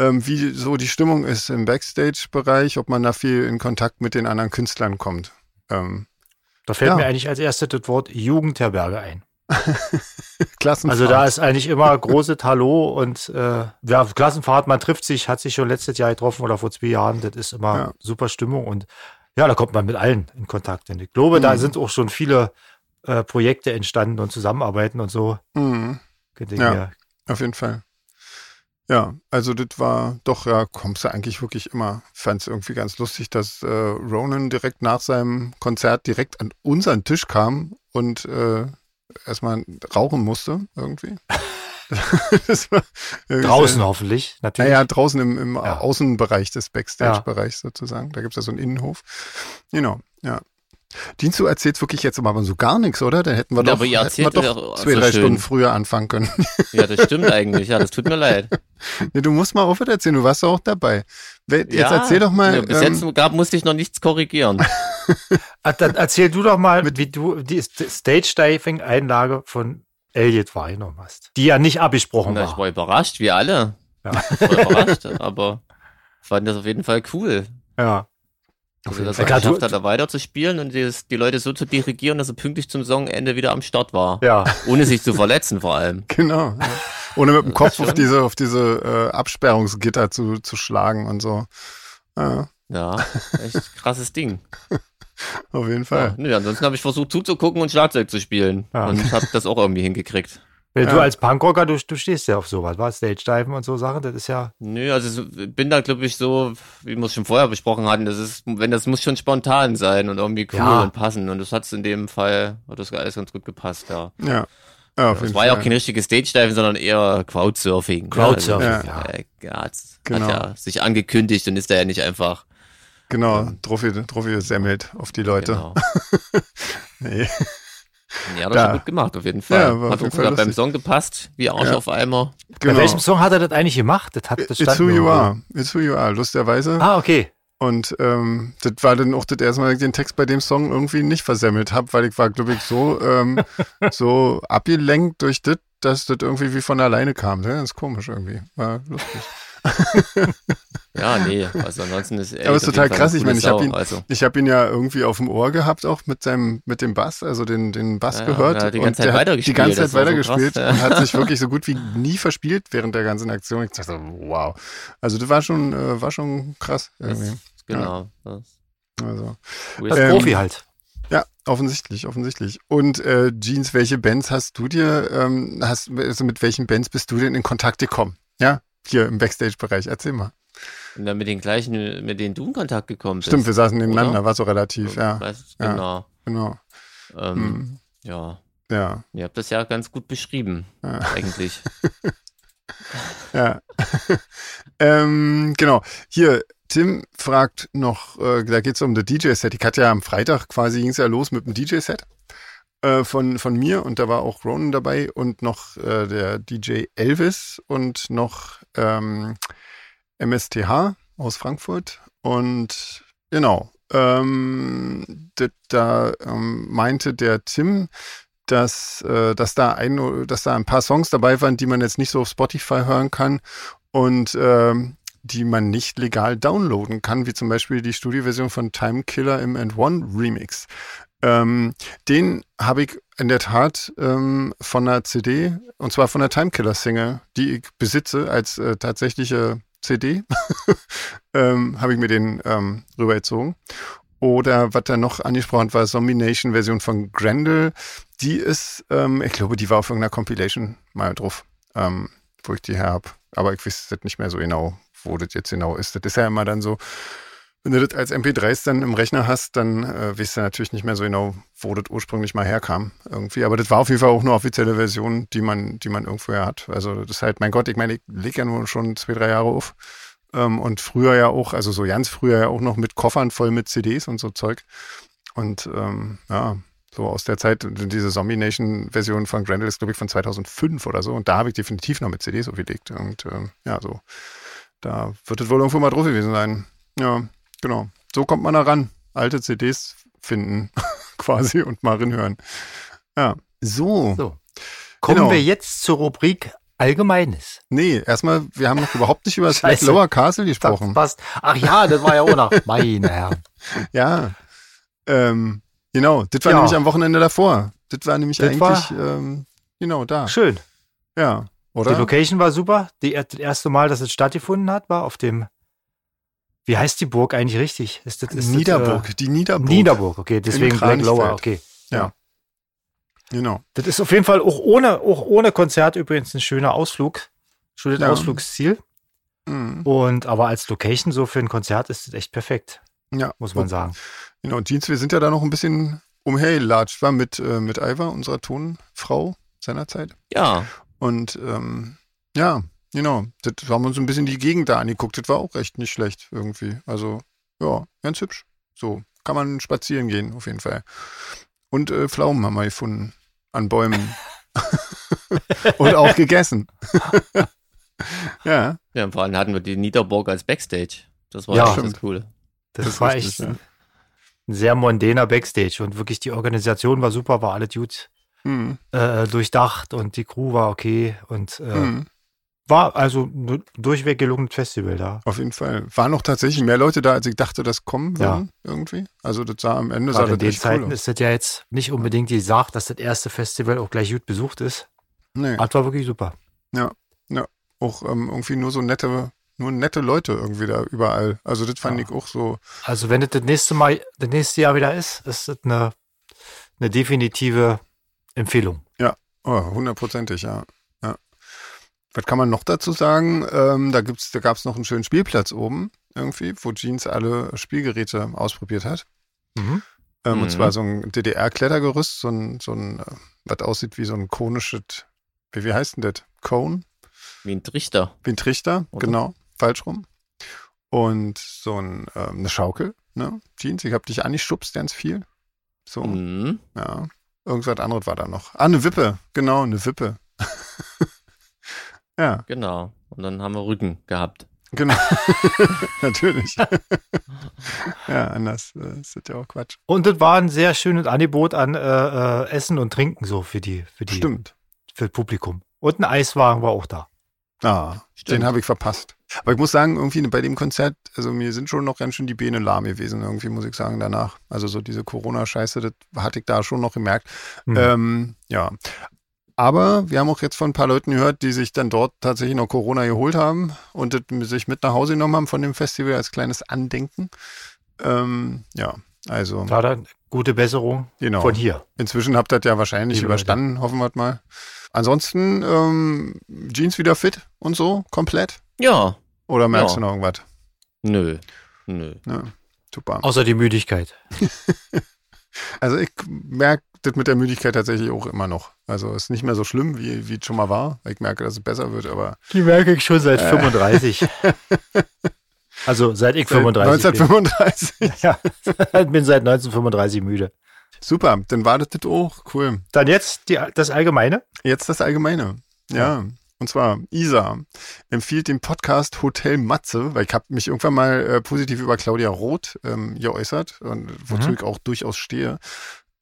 Speaker 2: ähm, wie so die Stimmung ist im Backstage-Bereich, ob man da viel in Kontakt mit den anderen Künstlern kommt. Ähm,
Speaker 1: Da fällt
Speaker 2: Ja.
Speaker 1: mir eigentlich als erstes das Wort Jugendherberge ein.
Speaker 2: Klassenfahrt.
Speaker 1: Also da ist eigentlich immer großes Hallo und äh, ja, Klassenfahrt, man trifft sich, hat sich schon letztes Jahr getroffen oder vor zwei Jahren, das ist immer
Speaker 2: Ja.
Speaker 1: super Stimmung und ja, da kommt man mit allen in Kontakt. Und ich glaube, da
Speaker 2: Mhm.
Speaker 1: sind auch schon viele äh, Projekte entstanden und Zusammenarbeiten und so.
Speaker 2: Mhm.
Speaker 1: Könnte ich
Speaker 2: Ja.
Speaker 1: mir-
Speaker 2: Auf jeden Fall. Ja, also das war doch, ja, kommst du eigentlich wirklich immer. Ich fand es irgendwie ganz lustig, dass äh, Ronan direkt nach seinem Konzert direkt an unseren Tisch kam und äh, erstmal rauchen musste, irgendwie. das war irgendwie
Speaker 1: Draußen
Speaker 2: sehr-
Speaker 1: hoffentlich, natürlich.
Speaker 2: Naja, draußen im, im
Speaker 1: Ja.
Speaker 2: Außenbereich des Backstage-Bereichs sozusagen. Da gibt es ja so einen Innenhof. Genau, ja. Dienst, du erzählst wirklich jetzt aber so gar nichts, oder? Dann hätten wir
Speaker 3: Ja,
Speaker 2: doch,
Speaker 3: aber ihr
Speaker 2: hätten wir
Speaker 3: erzählt
Speaker 2: doch
Speaker 3: doch
Speaker 2: zwei,
Speaker 3: so
Speaker 2: drei
Speaker 3: schön.
Speaker 2: Stunden früher anfangen können.
Speaker 3: Ja, das stimmt eigentlich. Ja, das tut mir leid.
Speaker 2: Nee, du musst mal aufhören erzählen, du warst doch auch dabei. Wer- Jetzt
Speaker 3: ja,
Speaker 2: erzähl doch mal.
Speaker 3: Ja, bis
Speaker 2: ähm,
Speaker 3: jetzt gab, musste ich noch nichts korrigieren.
Speaker 1: Ah, Dann erzähl du doch mal, wie du die Stage-Diving-Einlage von Elliot wahrgenommen hast, die ja nicht abgesprochen
Speaker 3: Na, ich
Speaker 1: war.
Speaker 3: war überrascht, wir alle.
Speaker 1: Ja.
Speaker 3: Ich war überrascht, aber fand das auf jeden Fall cool.
Speaker 1: Ja.
Speaker 3: Dass
Speaker 2: jeden
Speaker 3: er das
Speaker 1: Fall.
Speaker 3: geschafft
Speaker 1: Ja,
Speaker 3: hat, da weiterzuspielen und die, die Leute so zu dirigieren, dass er pünktlich zum Songende wieder am Start war.
Speaker 1: ja,
Speaker 3: Ohne sich zu verletzen vor allem.
Speaker 2: genau. Ja. Ohne mit dem Kopf auf
Speaker 3: schon.
Speaker 2: diese, auf diese äh, Absperrungsgitter zu, zu schlagen und so. Ja,
Speaker 3: Ja, echt krasses Ding.
Speaker 2: auf jeden Fall.
Speaker 3: Ja, nö, ansonsten habe ich versucht zuzugucken und Schlagzeug zu spielen.
Speaker 1: Ja.
Speaker 3: Und habe das auch irgendwie hingekriegt.
Speaker 1: Weil Du
Speaker 2: Ja.
Speaker 1: als Punkrocker, du, du stehst ja auf sowas, was? Stage-Diven und so Sachen, das ist ja
Speaker 3: Nö, also es- bin da, glaube ich, so, wie wir es schon vorher besprochen hatten, das ist, wenn das muss schon spontan sein und irgendwie cool
Speaker 1: Ja.
Speaker 3: und passen. Und das hat's in dem Fall, hat das alles ganz gut gepasst, ja.
Speaker 2: Ja. ja. auf
Speaker 3: Das
Speaker 2: jeden
Speaker 3: war
Speaker 2: Fall.
Speaker 3: ja auch kein richtiges Stage-Diven, sondern eher Crowdsurfing.
Speaker 1: Crowdsurfing,
Speaker 3: Ja, also,
Speaker 1: ja.
Speaker 3: äh, ja, hat's-
Speaker 2: Genau.
Speaker 3: Hat ja sich angekündigt und ist da ja nicht einfach.
Speaker 2: Genau, Trophy, Trophy gesammelt auf die Leute.
Speaker 3: Genau.
Speaker 2: Nee.
Speaker 3: Ja, das
Speaker 2: Da.
Speaker 3: hat gut gemacht, auf jeden Fall.
Speaker 2: Ja, war auf
Speaker 3: hat
Speaker 2: jeden
Speaker 3: auch
Speaker 2: Fall
Speaker 3: sogar beim
Speaker 2: lustig.
Speaker 3: Song gepasst, wie Arsch
Speaker 2: Ja.
Speaker 3: auf Eimer.
Speaker 1: Bei
Speaker 2: genau.
Speaker 1: welchem Song hat er das eigentlich gemacht? Das hat das
Speaker 2: It's
Speaker 1: stand
Speaker 2: who you
Speaker 1: nirgendwo.
Speaker 2: are. It's who you are, lustigerweise.
Speaker 1: Ah, okay.
Speaker 2: Und ähm, das war dann auch das erste Mal, dass ich den Text bei dem Song irgendwie nicht versemmelt habe, weil ich war, glaube ich, so, ähm, so abgelenkt durch das, ne? dass das irgendwie wie von alleine kam. Ja, Das ist komisch irgendwie. War lustig.
Speaker 3: Ja, Ja, nee. Also ansonsten ist er.
Speaker 2: Aber ist total krass. Ich meine, ich habe ihn,
Speaker 3: Also.
Speaker 2: ich hab ihn ja irgendwie auf dem Ohr gehabt, auch mit seinem, mit dem Bass, also den, den Bass
Speaker 3: Ja, ja,
Speaker 2: gehört.
Speaker 3: er hat die ganze Zeit
Speaker 2: der hat die
Speaker 3: weitergespielt,
Speaker 2: ganze
Speaker 3: das
Speaker 2: Zeit
Speaker 3: war so
Speaker 2: weitergespielt
Speaker 3: krass,
Speaker 2: und hat sich wirklich so gut wie nie verspielt während der ganzen Aktion. Ich dachte, wow. Also das war schon, äh, war schon krass. Irgendwie.
Speaker 3: Genau. Das-
Speaker 2: Also,
Speaker 1: Das
Speaker 2: Ähm,
Speaker 1: Profi halt.
Speaker 2: ja, offensichtlich, offensichtlich. Und äh, Jeans, welche Bands hast du dir, ähm, hast, also mit welchen Bands bist du denn in Kontakt gekommen? Ja, hier im Backstage-Bereich. Erzähl mal.
Speaker 3: Und dann mit den gleichen, mit denen du in Kontakt gekommen bist.
Speaker 2: Stimmt, wir saßen nebeneinander,
Speaker 3: oder?
Speaker 2: war so relativ, ja,
Speaker 3: Weißt,
Speaker 2: ja.
Speaker 3: Genau.
Speaker 2: genau.
Speaker 3: Ähm,
Speaker 2: Hm.
Speaker 3: Ja.
Speaker 2: Ja,
Speaker 3: Ihr habt das ja ganz gut beschrieben,
Speaker 2: Ja.
Speaker 3: eigentlich.
Speaker 2: Ja. ähm, genau. Hier, Tim fragt noch, äh, da geht's um das DJ-Set. Ich hatte ja am Freitag quasi, ging's ja los mit dem DJ-Set äh, von, von mir und da war auch Ronan dabei und noch äh, der DJ Elvis und noch ähm, MSTH aus Frankfurt und genau. Ähm, das- da ähm, meinte der Tim, dass, äh, dass, da ein, dass da ein paar Songs dabei waren, die man jetzt nicht so auf Spotify hören kann und ähm, die man nicht legal downloaden kann, wie zum Beispiel die Studioversion von Time Killer im And One Remix. Ähm, den habe ich in der Tat ähm, von einer CD, und zwar von der Time Killer Single, die ich besitze als äh, tatsächliche CD, ähm, habe ich mir den ähm, rübergezogen. Oder was da noch angesprochen war, Zombination-Version von Grendel. Die ist, ähm, ich glaube, die war auf irgendeiner Compilation mal drauf, ähm, wo ich die her habe. Aber ich weiß das nicht mehr so genau, wo das jetzt genau ist. Das ist ja immer dann so, wenn du das als MP3s dann im Rechner hast, dann äh, weißt du natürlich nicht mehr so genau, wo das ursprünglich mal herkam irgendwie. Aber das war auf jeden Fall auch eine offizielle Version, die man, die man irgendwo ja hat. Also das ist halt, mein Gott, ich meine, ich leg ja nun schon zwei, drei Jahre auf. Ähm, und früher ja auch, also so ganz früher ja auch noch mit Koffern voll mit CDs und so Zeug. Und ähm, ja, so aus der Zeit, diese Zombie Nation-Version von Grendel ist, glaube ich, von 2005 oder so. Und da habe ich definitiv noch mit CDs aufgelegt. Und ähm, ja, so. Da wird es wohl irgendwo mal drauf gewesen sein. Ja, genau. So kommt man da ran. Alte CDs finden, quasi, und mal reinhören. Ja, so.
Speaker 1: So. Kommen
Speaker 2: genau.
Speaker 1: wir jetzt zur Rubrik Allgemeines.
Speaker 2: Nee, erstmal, wir haben noch überhaupt nicht über Slash
Speaker 1: Scheiße.
Speaker 2: Lower Castle
Speaker 1: Das
Speaker 2: gesprochen.
Speaker 1: passt. Ach ja, das war ja auch noch. Meine Herren.
Speaker 2: Ja. Ähm, genau, das war
Speaker 1: Ja.
Speaker 2: nämlich am Wochenende davor. Das war nämlich
Speaker 1: Das
Speaker 2: eigentlich,
Speaker 1: war-
Speaker 2: ähm, genau, da.
Speaker 1: Schön.
Speaker 2: Ja, oder?
Speaker 1: Die Location war super. Die, das erste Mal, dass es stattgefunden hat, war auf dem. Wie heißt die Burg eigentlich richtig? Ist das, ist
Speaker 2: Niederburg,
Speaker 1: Das,
Speaker 2: die
Speaker 1: äh,
Speaker 2: Niederburg.
Speaker 1: Niederburg, okay. Deswegen Black
Speaker 2: Kranichfeld.
Speaker 1: Lower, okay.
Speaker 2: Genau.
Speaker 1: Das ist auf jeden Fall auch ohne, auch ohne Konzert übrigens ein schöner Ausflug. Schönes
Speaker 2: Ja.
Speaker 1: Ausflugsziel.
Speaker 2: Mhm.
Speaker 1: Und aber als Location so für ein Konzert ist das echt perfekt,
Speaker 2: Ja,
Speaker 1: muss man sagen.
Speaker 2: Genau, Jeans, wir sind ja da noch ein bisschen umhergelatscht, war mit, äh, mit Ivar, unserer Tonfrau seinerzeit.
Speaker 3: Ja,
Speaker 2: Und ähm, ja, genau, das haben wir uns ein bisschen die Gegend da angeguckt. Das war auch echt nicht schlecht irgendwie. Also, ja, ganz hübsch. So, kann man spazieren gehen, auf jeden Fall. Und äh, Pflaumen haben wir gefunden an Bäumen. Und auch gegessen. ja,
Speaker 3: ja, und vor allem hatten wir die Niederburg als Backstage. Das war
Speaker 1: Ja.
Speaker 3: ja, das
Speaker 2: Stimmt.
Speaker 3: Coole.
Speaker 1: Das,
Speaker 2: das ist
Speaker 1: war echt
Speaker 2: richtig, ja.
Speaker 1: ein sehr mondäner Backstage und wirklich die Organisation war super, war alles gut
Speaker 2: mhm.
Speaker 1: äh, durchdacht und die Crew war okay und äh,
Speaker 2: Mhm.
Speaker 1: war also ein durchweg gelungenes Festival da.
Speaker 2: auf jeden Fall. Waren noch tatsächlich mehr Leute da, als ich dachte, dass kommen
Speaker 1: Ja.
Speaker 2: würden irgendwie. Also das sah am Ende sah
Speaker 1: Gerade in
Speaker 2: das
Speaker 1: den
Speaker 2: echt
Speaker 1: Zeiten
Speaker 2: cool ne? aus.
Speaker 1: ist das ja jetzt nicht unbedingt die Sache, dass das erste Festival auch gleich gut besucht ist.
Speaker 2: Nee.
Speaker 1: Aber es war wirklich super.
Speaker 2: auch ähm, irgendwie nur so nette, nur nette Leute irgendwie da überall. Also das fand
Speaker 1: Ja.
Speaker 2: ich auch so.
Speaker 1: Also wenn das das nächste Mal, das nächste Jahr wieder ist, ist das eine, eine definitive Empfehlung.
Speaker 2: Oh, hundertprozentig, ja. ja. Was kann man noch dazu sagen? Ähm, da gibt's, da gab's noch einen schönen Spielplatz oben irgendwie, wo Jeans alle Spielgeräte ausprobiert hat.
Speaker 1: Mhm.
Speaker 2: Ähm,
Speaker 3: Mhm.
Speaker 2: Und zwar so ein DDR-Klettergerüst, so ein, so ein, äh, was aussieht wie so ein konisches, wie, wie heißt denn das? Cone?
Speaker 3: Wie ein Trichter.
Speaker 2: Wie ein Trichter,
Speaker 3: Oder?
Speaker 2: genau, falsch rum. Und so ein, ähm, eine Schaukel, ne? Jeans, ich hab dich angeschubst ganz viel. So,
Speaker 3: Mhm.
Speaker 2: ja. Irgendwas anderes war da noch. Ah, eine Wippe, genau, eine Wippe. ja,
Speaker 3: Genau. Und dann haben wir Rücken gehabt.
Speaker 2: genau. Natürlich. ja, anders äh, ist das ja auch Quatsch.
Speaker 1: Und das war ein sehr schönes Angebot an äh, äh, Essen und Trinken so für die, für die,
Speaker 2: Stimmt.
Speaker 1: für das Publikum. Und ein Eiswagen war auch da.
Speaker 2: Ah,
Speaker 3: Stimmt.
Speaker 2: den habe ich verpasst. Aber ich muss sagen, irgendwie bei dem Konzert, also mir sind schon noch ganz schön die Beine lahm gewesen, irgendwie muss ich sagen, danach. Also so diese Corona-Scheiße, das hatte ich da schon noch gemerkt.
Speaker 1: Mhm.
Speaker 2: Ähm, ja. Aber wir haben auch jetzt von ein paar Leuten gehört, die sich dann dort tatsächlich noch Corona geholt haben und das sich mit nach Hause genommen haben von dem Festival als kleines Andenken. Ähm, ja, also
Speaker 1: Da dann gute Besserung
Speaker 2: genau.
Speaker 1: von hier.
Speaker 2: Inzwischen habt ihr das ja wahrscheinlich
Speaker 1: Liebe
Speaker 2: überstanden, hoffen wir mal. Ansonsten ähm, Jeans wieder fit und so, komplett.
Speaker 3: Ja,
Speaker 2: Oder merkst
Speaker 3: Ja.
Speaker 2: du noch irgendwas?
Speaker 3: nö, nö.
Speaker 2: Ja, super.
Speaker 1: Außer die Müdigkeit.
Speaker 2: Also ich merke das mit der Müdigkeit tatsächlich auch immer noch. Also ist nicht mehr so schlimm, wie wie es schon mal war. Ich merke, dass es besser wird, aber äh,
Speaker 1: Die merke ich schon seit 35. Also seit ich
Speaker 2: seit
Speaker 1: 35 bin.
Speaker 2: 1935.
Speaker 1: Ja, bin seit 1935 müde.
Speaker 2: Super, dann war das das auch. Cool.
Speaker 1: Dann jetzt die, das Allgemeine.
Speaker 2: Jetzt das Allgemeine. Ja. Und zwar, Isa empfiehlt den Podcast Hotel Matze, weil ich habe mich irgendwann mal äh, positiv über Claudia Roth ähm, geäußert und wozu
Speaker 1: Mhm.
Speaker 2: ich auch durchaus stehe.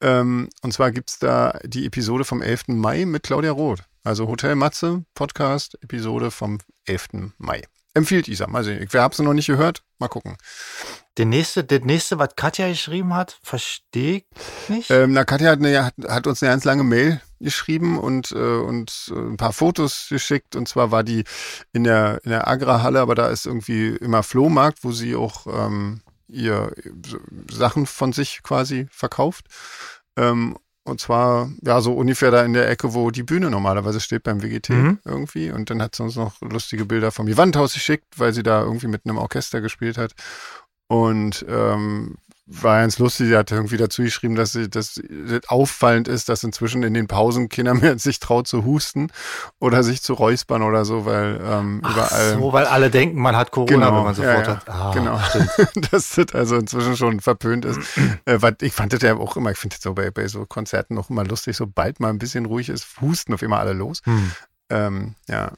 Speaker 2: Ähm, und zwar gibt's da die Episode vom 11. Mai mit Claudia Roth. Also Hotel Matze, Podcast, Episode vom 11. Mai. Empfiehlt Isa. Mal sehen. Ich habe sie noch nicht gehört. Mal gucken.
Speaker 1: Der nächste, das nächste, was Katja geschrieben hat, verstehe ich nicht.
Speaker 2: Ähm, na, Katja hat, eine, hat, hat uns eine ganz lange Mail geschrieben und, äh, und äh, ein paar Fotos geschickt. Und zwar war die in der, in der Agra-Halle, aber da ist irgendwie immer Flohmarkt, wo sie auch ähm, ihr so Sachen von sich quasi verkauft. Ähm, und zwar, ja, so ungefähr da in der Ecke, wo die Bühne normalerweise steht beim WGT
Speaker 1: Mhm.
Speaker 2: irgendwie. Und dann hat sie uns noch lustige Bilder vom Gewandhaus geschickt, weil sie da irgendwie mit einem Orchester gespielt hat. Und ähm, war ganz lustig, sie hat irgendwie dazu geschrieben, dass, sie, dass das auffallend ist, dass inzwischen in den Pausen Kinder mehr sich traut zu husten oder sich zu räuspern oder so, weil ähm, überall.
Speaker 1: Ach so, weil alle denken, man hat Corona,
Speaker 2: Genau,
Speaker 1: wenn man
Speaker 2: ja,
Speaker 1: sofort
Speaker 2: ja,
Speaker 1: hat. Ah,
Speaker 2: genau.
Speaker 1: stimmt.
Speaker 2: dass das also inzwischen schon verpönt ist. äh, was, ich fand das ja auch immer, ich finde das so bei, bei so Konzerten auch immer lustig, sobald mal ein bisschen ruhig ist, husten auf immer alle los.
Speaker 1: Hm.
Speaker 2: Ähm, ja.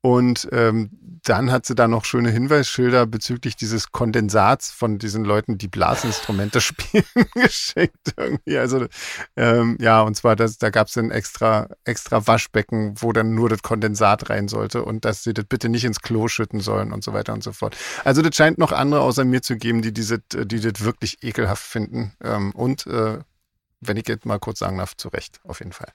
Speaker 2: Und ähm, dann hat sie da noch schöne Hinweisschilder bezüglich dieses Kondensats von diesen Leuten, die Blasinstrumente spielen, geschickt irgendwie. Also ähm, ja, und zwar, das, da gab es ein extra, extra Waschbecken, wo dann nur das Kondensat rein sollte und dass sie das bitte nicht ins Klo schütten sollen und so weiter und so fort. Also das scheint noch andere außer mir zu geben, die diese, die das wirklich ekelhaft finden. Ähm, und äh, wenn ich jetzt mal kurz sagen darf, zu Recht, auf jeden Fall.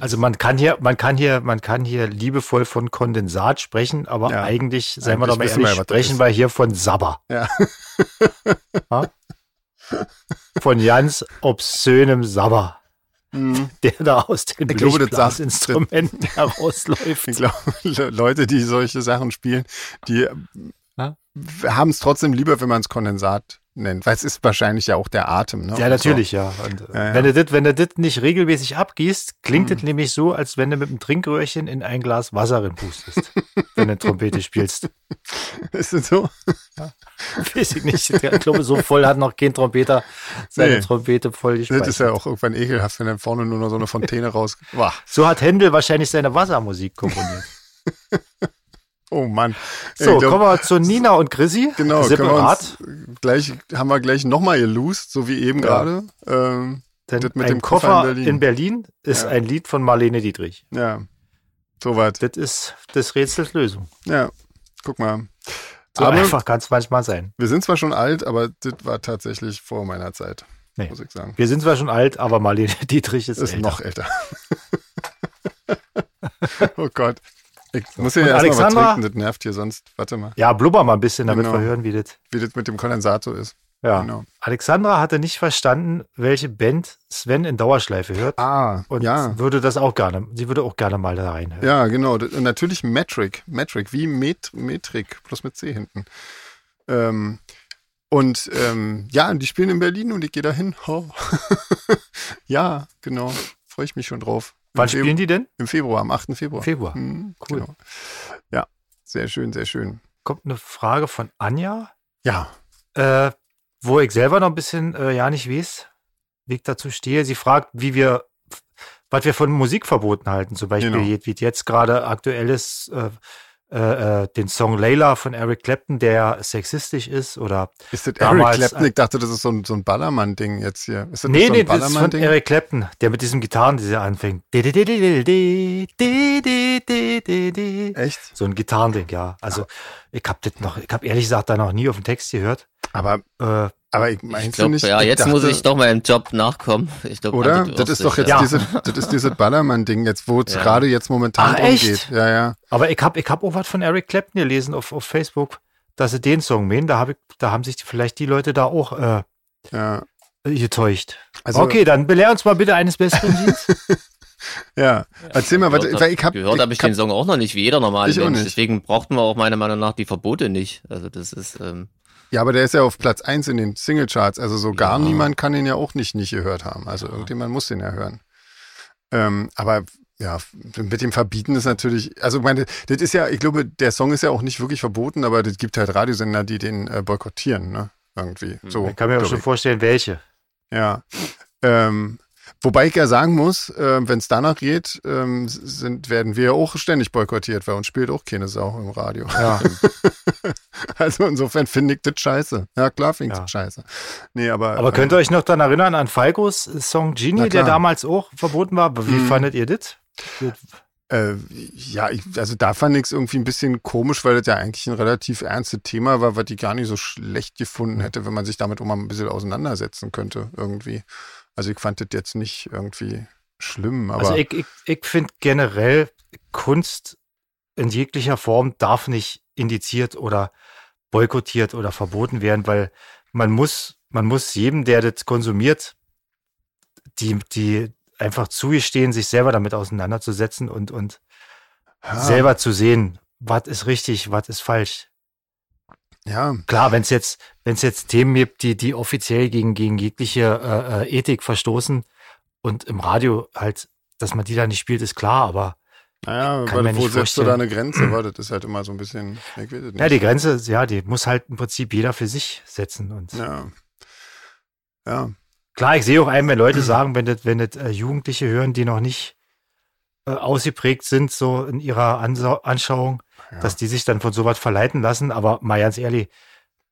Speaker 1: Also man kann hier, man kann hier, man kann hier liebevoll von Kondensat sprechen, aber
Speaker 2: Ja,
Speaker 1: eigentlich, seien wir
Speaker 2: eigentlich
Speaker 1: doch mal
Speaker 2: wissen wir
Speaker 1: ehrlich,
Speaker 2: ja, was das
Speaker 1: sprechen
Speaker 2: ist.
Speaker 1: wir hier von Sabber.
Speaker 2: Ja.
Speaker 1: Ha? Von ganz obszönem Sabber,
Speaker 2: Mhm.
Speaker 1: der da aus den
Speaker 2: Ich glaube, das sagt-
Speaker 1: Blechblasinstrumenten herausläuft.
Speaker 2: Ich glaube, Le- Leute, die solche Sachen spielen, die
Speaker 1: Ja?
Speaker 2: haben es trotzdem lieber, wenn man es Kondensat nennt, weil es ist wahrscheinlich ja auch der Atem. Ne?
Speaker 1: Ja,
Speaker 2: Und
Speaker 1: natürlich, ja. Und äh,
Speaker 2: Ja, Hm. ja.
Speaker 1: Wenn, du dit, wenn du das nicht regelmäßig abgießt, klingt das nämlich so, als wenn du mit einem Trinkröhrchen in ein Glas Wasser reinpustest, wenn du Trompete spielst.
Speaker 2: So. Also, Ist es so?
Speaker 1: Weiß ich nicht. Ich glaube, so voll hat noch kein Trompeter seine
Speaker 2: Nee.
Speaker 1: Trompete voll
Speaker 2: Das ist
Speaker 1: gespeichert.
Speaker 2: ja auch irgendwann ekelhaft, wenn dann vorne nur noch so eine Fontäne raus. Wah,
Speaker 1: So hat Händel wahrscheinlich seine Wassermusik komponiert.
Speaker 2: oh Mann. Ey,
Speaker 1: So,
Speaker 2: glaub-
Speaker 1: kommen wir zu Nina und Chrissy.
Speaker 2: Genau, können wir
Speaker 1: separat.
Speaker 2: uns gleich, haben wir gleich nochmal gelost, so wie eben
Speaker 1: Ja.
Speaker 2: gerade. Ähm,
Speaker 1: Denn
Speaker 2: das mit
Speaker 1: ein
Speaker 2: dem Koffer
Speaker 1: Koffer
Speaker 2: in Berlin.
Speaker 1: in Berlin ist
Speaker 2: Ja.
Speaker 1: ein Lied von Marlene Dietrich.
Speaker 2: ja, soweit.
Speaker 1: Das ist des Rätsels Lösung.
Speaker 2: Ja, guck mal.
Speaker 1: So
Speaker 2: aber
Speaker 1: einfach kann es manchmal sein.
Speaker 2: wir sind zwar schon alt, aber das war tatsächlich vor meiner Zeit,
Speaker 1: Nee.
Speaker 2: muss ich sagen.
Speaker 1: Wir sind zwar schon alt, aber Marlene Dietrich ist,
Speaker 2: ist
Speaker 1: älter.
Speaker 2: noch älter. oh Gott. Ich muss hier
Speaker 1: Und
Speaker 2: erstmal was
Speaker 1: Alexandra?
Speaker 2: trinken, das nervt hier sonst. Warte mal,
Speaker 1: Ja, blubber mal ein bisschen, damit
Speaker 2: Genau.
Speaker 1: wir hören, wie das.
Speaker 2: wie das mit dem Kondensator ist.
Speaker 1: Ja.
Speaker 2: Genau.
Speaker 1: Alexandra hatte nicht verstanden, welche Band Sven in Dauerschleife hört.
Speaker 2: Ah,
Speaker 1: Und
Speaker 2: ja.
Speaker 1: würde das auch gerne, sie würde auch gerne mal da reinhören.
Speaker 2: Ja, genau. Das- Und natürlich Metric. Metric, wie Met Metrik, plus mit C hinten. Ähm, und ähm, ja, die spielen in Berlin und ich gehe da hin. Oh. ja, genau. Freue ich mich schon drauf.
Speaker 1: Wann
Speaker 2: Im Fe-
Speaker 1: spielen die denn?
Speaker 2: Im Februar, am 8. Februar.
Speaker 1: Februar.
Speaker 2: Mhm,
Speaker 1: Cool.
Speaker 2: Genau. Ja, sehr schön, sehr schön.
Speaker 1: Kommt eine Frage von Anja,
Speaker 2: Ja,
Speaker 1: äh, wo ich selber noch ein bisschen äh, ja nicht weiß, wie ich dazu stehe. Sie fragt, wie wir, was wir von Musikverboten halten, zum Beispiel,
Speaker 2: Genau.
Speaker 1: wie es jetzt gerade aktuell ist, äh, äh, äh, den Song Layla von Eric Clapton, der sexistisch ist oder
Speaker 2: Ist das Eric
Speaker 1: Damals-
Speaker 2: Clapton? Ich dachte, das ist so ein, so ein Ballermann-Ding jetzt hier. Ist das
Speaker 1: Nee,
Speaker 2: nicht so
Speaker 1: nee,
Speaker 2: ein
Speaker 1: das ist von
Speaker 2: Ballermann-Ding?
Speaker 1: Eric Clapton, der mit diesem Gitarren, die anfängt. So
Speaker 2: Echt?
Speaker 1: ein Gitarrending, ja. Also ich hab das noch, ich hab ehrlich gesagt da noch nie auf den Text gehört.
Speaker 2: Aber,
Speaker 1: Äh,
Speaker 2: aber ich
Speaker 3: Ich
Speaker 2: meinst du
Speaker 3: glaub,
Speaker 2: nicht?
Speaker 3: ja, jetzt
Speaker 2: dachte,
Speaker 3: muss ich doch mal im Job nachkommen. Ich glaub, also,
Speaker 2: Oder?
Speaker 3: Antwort
Speaker 2: Das ist doch
Speaker 3: sicher.
Speaker 2: jetzt
Speaker 1: Ja.
Speaker 2: diese, das ist dieses Ballermann-Ding jetzt, wo es
Speaker 3: Ja.
Speaker 2: gerade jetzt momentan
Speaker 1: Ach,
Speaker 2: drum
Speaker 1: echt?
Speaker 2: geht. Ja, ja.
Speaker 1: aber ich hab, ich hab auch was von Eric Clapton gelesen auf, auf Facebook, dass sie den Song meinen. Da hab ich, da haben sich vielleicht die Leute da auch äh,
Speaker 2: ja.
Speaker 1: getäuscht.
Speaker 2: Also,
Speaker 1: okay, dann belehr uns mal bitte eines Besseren. Dienst.
Speaker 2: Ja. Erzähl mal,
Speaker 3: Gehört
Speaker 2: was, weil ich
Speaker 3: hab-
Speaker 2: habe
Speaker 3: gehört habe ich den Song auch noch nicht, wie jeder normale
Speaker 2: Ich auch
Speaker 3: Mensch.
Speaker 2: nicht.
Speaker 3: Deswegen brauchten wir auch meiner Meinung nach die Verbote nicht. Also das ist, ähm,
Speaker 2: Ja, aber der ist ja auf Platz 1 in den Singlecharts. Also so gar
Speaker 3: Ja.
Speaker 2: niemand kann ihn ja auch nicht, nicht gehört haben. Also irgendjemand muss den ja hören. Ähm, aber ja, mit dem Verbieten ist natürlich, also ich meine, das ist ja, ich glaube, der Song ist ja auch nicht wirklich verboten, aber das gibt halt Radiosender, die den äh, boykottieren, ne? Irgendwie. So,
Speaker 1: Hm, Ich kann mir auch
Speaker 2: glaub
Speaker 1: schon vorstellen, welche.
Speaker 2: ja. Ähm, wobei ich ja sagen muss, ähm, wenn es danach geht, ähm, sind, werden wir auch ständig boykottiert, weil uns spielt auch keine Sau im Radio.
Speaker 1: Ja.
Speaker 2: Also insofern finde ich das scheiße. Ja, klar finde ich
Speaker 1: Ja.
Speaker 2: das scheiße. Nee, aber.
Speaker 1: Aber könnt ihr euch noch daran erinnern an Falcos Song
Speaker 2: Na
Speaker 1: Genie,
Speaker 2: klar.
Speaker 1: der damals auch verboten war? Wie
Speaker 2: Mhm.
Speaker 1: fandet ihr das?
Speaker 2: Äh, ja, ich, also da fand ich es irgendwie ein bisschen komisch, weil das ja eigentlich ein relativ ernstes Thema war, was ich gar nicht so schlecht
Speaker 1: Mhm.
Speaker 2: gefunden hätte, wenn man sich damit auch mal ein bisschen auseinandersetzen könnte, irgendwie. Also ich fand das jetzt nicht irgendwie schlimm, aber.
Speaker 1: also ich, ich, ich finde generell, Kunst in jeglicher Form darf nicht indiziert oder boykottiert oder verboten werden, weil man muss, man muss jedem, der das konsumiert, die, die einfach zugestehen, sich selber damit auseinanderzusetzen und, und
Speaker 2: ja,
Speaker 1: selber zu sehen, was ist richtig, was ist falsch.
Speaker 2: Ja,
Speaker 1: Klar, wenn es jetzt, wenn es jetzt Themen gibt, die, die offiziell gegen, gegen jegliche äh, äh, Ethik verstoßen und im Radio halt, dass man die da nicht spielt, ist klar, aber
Speaker 2: naja,
Speaker 1: Kann mir
Speaker 2: weil wo
Speaker 1: nicht
Speaker 2: setzt du
Speaker 1: vorstellen.
Speaker 2: da eine Grenze? Weil das ist halt immer so ein bisschen, ich weiß es nicht.
Speaker 1: ja, die Grenze, ja, die muss halt im Prinzip jeder für sich setzen. Und
Speaker 2: ja. Ja,
Speaker 1: klar, ich sehe auch einem, wenn Leute sagen, wenn das, wenn das äh, Jugendliche hören, die noch nicht äh, ausgeprägt sind, so in ihrer Ansau Anschauung,
Speaker 2: Ja.
Speaker 1: dass die sich dann von sowas verleiten lassen. Aber mal ganz ehrlich,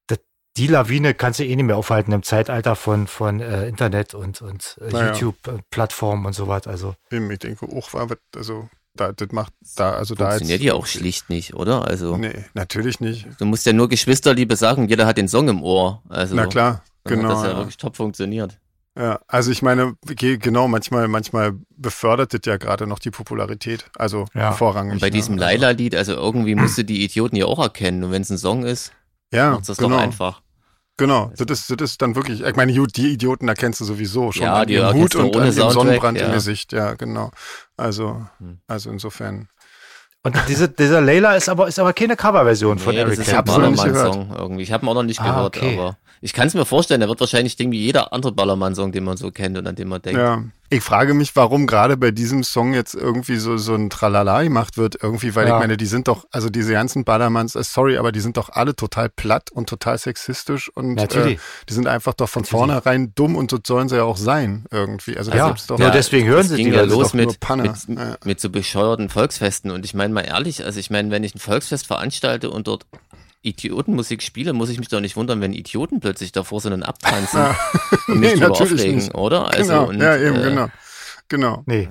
Speaker 1: das, die Lawine kannst du eh nicht mehr aufhalten im Zeitalter von, von äh, Internet und, und äh,
Speaker 2: Naja.
Speaker 1: YouTube-Plattformen und sowas. Also
Speaker 2: eben, ich denke, auch war, was- also da, das macht da, also da jetzt.
Speaker 3: funktioniert ja auch schlicht nicht, oder? Also
Speaker 2: Nee, natürlich nicht.
Speaker 3: du musst ja nur Geschwisterliebe sagen, jeder hat den Song im Ohr. Also
Speaker 2: Na klar,
Speaker 3: dann
Speaker 2: genau.
Speaker 3: hat das ja,
Speaker 2: ja.
Speaker 3: wirklich top funktioniert.
Speaker 2: Ja, also ich meine, ge- genau, manchmal, manchmal befördert das ja gerade noch die Popularität. Also
Speaker 1: Ja.
Speaker 2: vorrangig.
Speaker 3: Und bei
Speaker 2: ne?
Speaker 3: diesem
Speaker 2: Also-
Speaker 3: Laila-Lied, also irgendwie musst du die Idioten ja auch erkennen. Und wenn es ein Song ist,
Speaker 2: Ja,
Speaker 3: macht's das
Speaker 2: genau,
Speaker 3: doch einfach.
Speaker 2: Genau, das ist, das ist dann wirklich, ich meine, gut, die Idioten erkennst du sowieso schon
Speaker 3: Ja,
Speaker 2: an
Speaker 3: die
Speaker 2: ihrem
Speaker 3: erkennst
Speaker 2: Hut
Speaker 3: du
Speaker 2: und
Speaker 3: ohne
Speaker 2: an ihrem
Speaker 3: Soundtrack,
Speaker 2: Sonnenbrand
Speaker 3: ja.
Speaker 2: im Gesicht. Ja, genau. Also,
Speaker 3: Hm.
Speaker 2: also insofern.
Speaker 1: und diese, dieser Layla ist aber, ist aber keine Coverversion von
Speaker 3: Nee,
Speaker 1: Eric
Speaker 3: das ist
Speaker 2: Ich
Speaker 3: ja ein
Speaker 2: hab's
Speaker 1: Clapton.
Speaker 2: noch nicht
Speaker 3: Ballermann-Song irgendwie. Ich habe ihn auch noch nicht
Speaker 1: Ah,
Speaker 3: gehört,
Speaker 1: okay.
Speaker 3: aber ich kann es mir vorstellen, der wird wahrscheinlich irgendwie jeder andere Ballermann-Song, den man so kennt und an den man denkt.
Speaker 2: Ja. Ich frage mich, warum gerade bei diesem Song jetzt irgendwie so, so ein Tralala gemacht wird, irgendwie, weil
Speaker 1: Ja.
Speaker 2: ich meine, die sind doch, also diese ganzen Ballermanns, äh, sorry, aber die sind doch alle total platt und total sexistisch und äh,
Speaker 1: Natürlich.
Speaker 2: die sind einfach doch von
Speaker 1: Natürlich.
Speaker 2: vornherein dumm und das sollen sie ja auch sein, irgendwie. Also da
Speaker 1: Ja,
Speaker 2: gibt's doch
Speaker 1: nur
Speaker 3: Ja,
Speaker 1: deswegen hören
Speaker 3: das
Speaker 1: sie die
Speaker 3: ging ja
Speaker 1: Leute
Speaker 2: ist
Speaker 3: los
Speaker 2: doch nur
Speaker 3: mit,
Speaker 2: Panne.
Speaker 3: mit,
Speaker 2: Ja.
Speaker 3: mit so bescheuerten Volksfesten. Und ich meine mal ehrlich, also ich meine, wenn ich ein Volksfest veranstalte und dort Idiotenmusik spiele, muss ich mich doch nicht wundern, wenn Idioten plötzlich davor sind und abtanzen und mich
Speaker 2: Nee,
Speaker 3: drüber
Speaker 2: natürlich
Speaker 3: aufregen,
Speaker 2: nicht.
Speaker 3: oder? Also
Speaker 2: genau,
Speaker 3: und,
Speaker 2: ja, eben,
Speaker 3: äh,
Speaker 2: genau. Genau.
Speaker 1: Nee,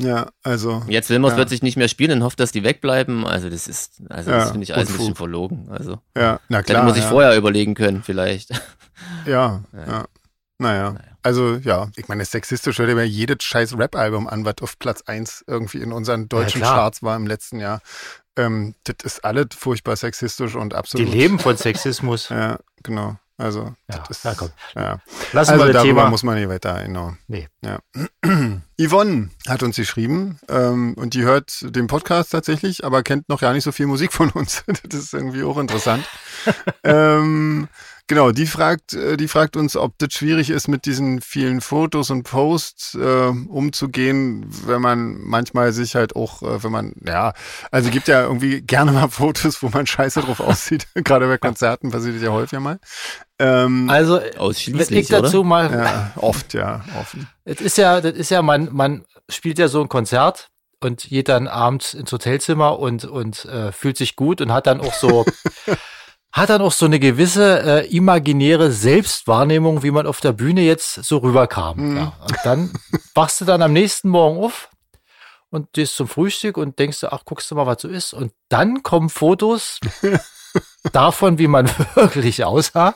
Speaker 2: Ja, also.
Speaker 3: Jetzt will man
Speaker 2: Ja.
Speaker 3: es plötzlich nicht mehr spielen und hofft, dass die wegbleiben. Also das ist, also das
Speaker 2: Ja,
Speaker 3: finde ich alles ein
Speaker 2: Unfug.
Speaker 3: bisschen verlogen. Also
Speaker 2: Ja, na
Speaker 3: klar,
Speaker 2: klar.
Speaker 3: muss ich
Speaker 2: ja.
Speaker 3: vorher überlegen können, vielleicht.
Speaker 2: Ja,
Speaker 3: Ja.
Speaker 2: ja. Naja.
Speaker 3: Naja.
Speaker 2: Also ja, ich meine, sexistisch hört ihr mir jedes scheiß Rap-Album an, was auf Platz 1 irgendwie in unseren deutschen
Speaker 1: klar.
Speaker 2: Charts war im letzten Jahr. Ähm, das ist alles furchtbar sexistisch und
Speaker 1: die
Speaker 2: absolut.
Speaker 1: leben von Sexismus.
Speaker 2: Ja, genau. Also,
Speaker 1: Ja,
Speaker 2: das ist,
Speaker 1: na komm.
Speaker 2: ja.
Speaker 1: Lassen
Speaker 2: Also
Speaker 1: wir
Speaker 2: darüber
Speaker 1: das Thema.
Speaker 2: muss man nicht weiter, genau.
Speaker 1: Nee.
Speaker 2: Ja. Yvonne hat uns geschrieben ähm, und die hört den Podcast tatsächlich, aber kennt noch gar nicht so viel Musik von uns. das ist irgendwie auch interessant. ähm, genau, die fragt, äh, die fragt uns, ob das schwierig ist, mit diesen vielen Fotos und Posts äh, umzugehen, wenn man manchmal sich halt auch, äh, wenn man, ja, also gibt ja irgendwie gerne mal Fotos, wo man scheiße drauf aussieht. Gerade bei Konzerten passiert das ja häufiger mal. Ähm,
Speaker 1: also, wenn ich
Speaker 3: Ausschließlich,
Speaker 1: dazu
Speaker 3: oder?
Speaker 1: mal,
Speaker 2: ja, oft, ja, oft.
Speaker 1: das ist ja, das ist ja, man, man spielt ja so ein Konzert und geht dann abends ins Hotelzimmer und, und äh, fühlt sich gut und hat dann auch so, hat dann auch so eine gewisse äh, imaginäre Selbstwahrnehmung, wie man auf der Bühne jetzt so rüberkam.
Speaker 2: Mhm.
Speaker 1: Ja. Und dann wachst du dann am nächsten Morgen auf und gehst zum Frühstück und denkst du, ach, guckst du mal, was so ist. Und dann kommen Fotos davon, wie man wirklich aussah.